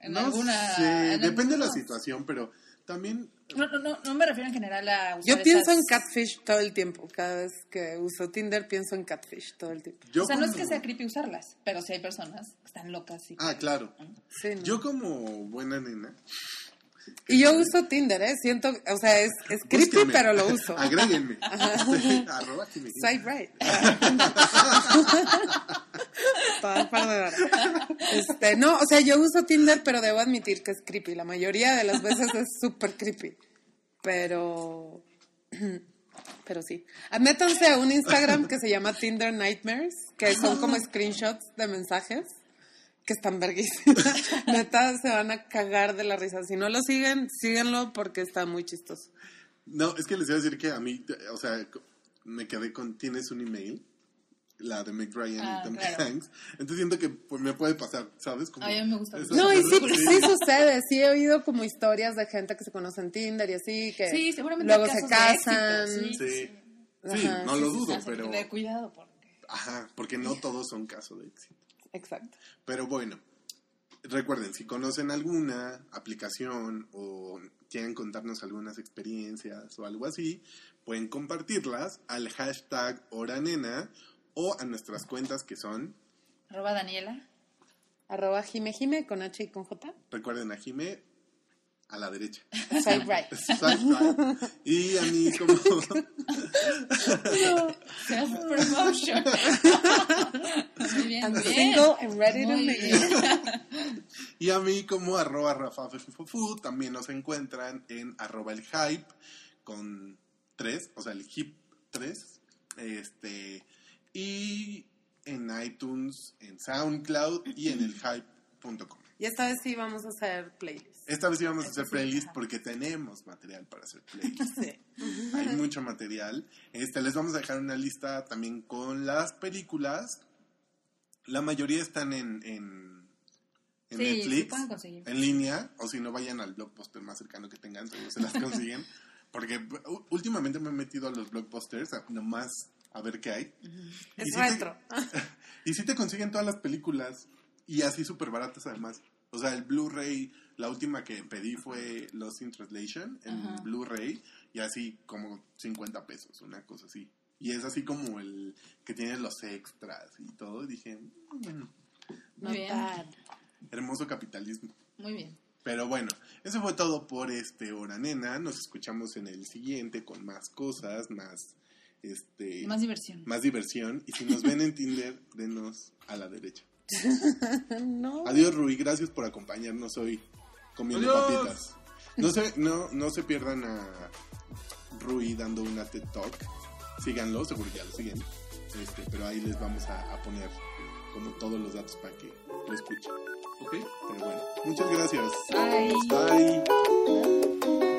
Speaker 3: En
Speaker 2: no
Speaker 3: alguna.
Speaker 2: sé,
Speaker 3: en
Speaker 2: Depende de la
Speaker 3: alguna-
Speaker 2: situación, pero también.
Speaker 3: No, no, no, no me refiero en general a. usar
Speaker 5: Yo pienso
Speaker 3: esas-
Speaker 5: en catfish todo el tiempo. Cada vez que uso Tinder pienso en catfish todo el tiempo.
Speaker 2: Yo
Speaker 3: o sea, no es
Speaker 2: como-
Speaker 3: que sea creepy usarlas, pero sí hay personas que están locas y.
Speaker 2: Ah, claro.
Speaker 5: Sí, ¿no?
Speaker 2: Yo como buena nena.
Speaker 5: y yo uso Tinder, ¿eh? Siento, o sea, es, es creepy,
Speaker 2: búsquenme.
Speaker 5: pero lo uso.
Speaker 2: Agréguenme. Arroba que me-
Speaker 5: Soy right. Toda perdedora. Este, no, o sea, yo uso Tinder, pero debo admitir que es creepy. La mayoría de las veces es súper creepy. Pero... Pero sí. Métanse a un Instagram que se llama Tinder Nightmares, que son como screenshots de mensajes que están verguísimas. Neta, se van a cagar de la risa. Si no lo siguen, síganlo porque está muy chistoso.
Speaker 2: No, es que les iba a decir que a mí, o sea, co- me quedé con, tienes un email, la de Meg Ryan
Speaker 3: Ah,
Speaker 2: y Tom
Speaker 3: claro.
Speaker 2: Hanks. Entonces siento que pues, me puede pasar, ¿sabes? Como,
Speaker 3: Ay, a mí me gusta
Speaker 2: Eso-
Speaker 3: mucho.
Speaker 5: No, y sí, pues, sí sucede, sí he oído como historias de gente que se conoce en Tinder y así, que
Speaker 3: Sí, seguramente
Speaker 5: luego
Speaker 3: hay
Speaker 5: se
Speaker 3: casos de
Speaker 5: casan.
Speaker 3: éxito,
Speaker 2: Sí, Sí,
Speaker 5: Ajá,
Speaker 2: no
Speaker 5: sí,
Speaker 2: lo
Speaker 5: sí,
Speaker 2: dudo,
Speaker 3: Así que
Speaker 2: pero...
Speaker 3: tener cuidado porque.
Speaker 2: Ajá, porque no todos son casos de éxito.
Speaker 5: Exacto.
Speaker 2: Pero bueno, recuerden, si conocen alguna aplicación o quieren contarnos algunas experiencias o algo así, pueden compartirlas al hashtag Oranena o a nuestras cuentas que son
Speaker 3: Arroba Daniela.
Speaker 5: Arroba Jime Jime con H y con J.
Speaker 2: Recuerden a Jime a la derecha.
Speaker 3: Soy Bright.
Speaker 2: Exacto. Y a mí como...
Speaker 3: Self-promotion. Muy bien,
Speaker 5: I'm
Speaker 3: bien.
Speaker 5: single and ready to
Speaker 3: Muy
Speaker 5: mingle.
Speaker 3: bien.
Speaker 2: Y a mí como arroba Rafa Fefufufu. También nos encuentran en arroba el hype con tres, o sea, el hip tres. Este... Y en iTunes, en SoundCloud y en el hype.com.
Speaker 5: Y esta vez sí vamos a hacer playlist.
Speaker 2: Esta vez íbamos a
Speaker 5: Eso
Speaker 2: hacer
Speaker 5: sí,
Speaker 2: playlist
Speaker 5: ajá.
Speaker 2: porque tenemos material para hacer playlist.
Speaker 5: Sí.
Speaker 2: Hay mucho material. Este, les vamos a dejar una lista también con las películas. La mayoría están en, en, en
Speaker 3: Sí, sí
Speaker 2: Netflix,
Speaker 3: pueden conseguir.
Speaker 2: en línea, o si no, vayan al blockbuster más cercano que tengan, seguro se las consiguen. Porque u- últimamente me he metido a los blockbusters a- nomás a ver qué hay.
Speaker 5: Es
Speaker 2: Y sí te-
Speaker 5: retro.
Speaker 2: y sí te consiguen todas las películas y así súper baratas además. O sea, el Blu-ray, la última que pedí fue Lost in Translation en
Speaker 3: Ajá.
Speaker 2: Blu-ray y así como 50 pesos, una cosa así. Y es así como el que tiene los extras y todo. Y dije, "Mm, bueno,
Speaker 3: Muy bien.
Speaker 2: hermoso capitalismo.
Speaker 3: Muy bien.
Speaker 2: Pero bueno, eso fue todo por este Hora Nena. Nos escuchamos en el siguiente con más cosas, más este
Speaker 3: Más diversión.
Speaker 2: más diversión. Y si nos ven en Tinder, denos a la derecha.
Speaker 5: No.
Speaker 2: Adiós, Rui. Gracias por acompañarnos hoy comiendo
Speaker 4: Adiós.
Speaker 2: papitas. No se, no, no se pierdan a Rui dando una TED Talk. Síganlo, seguro que ya lo siguen. Este, pero ahí les vamos a, a poner como todos los datos para que lo escuchen.
Speaker 4: Ok.
Speaker 2: Pero bueno, muchas gracias.
Speaker 3: Bye.
Speaker 2: Bye.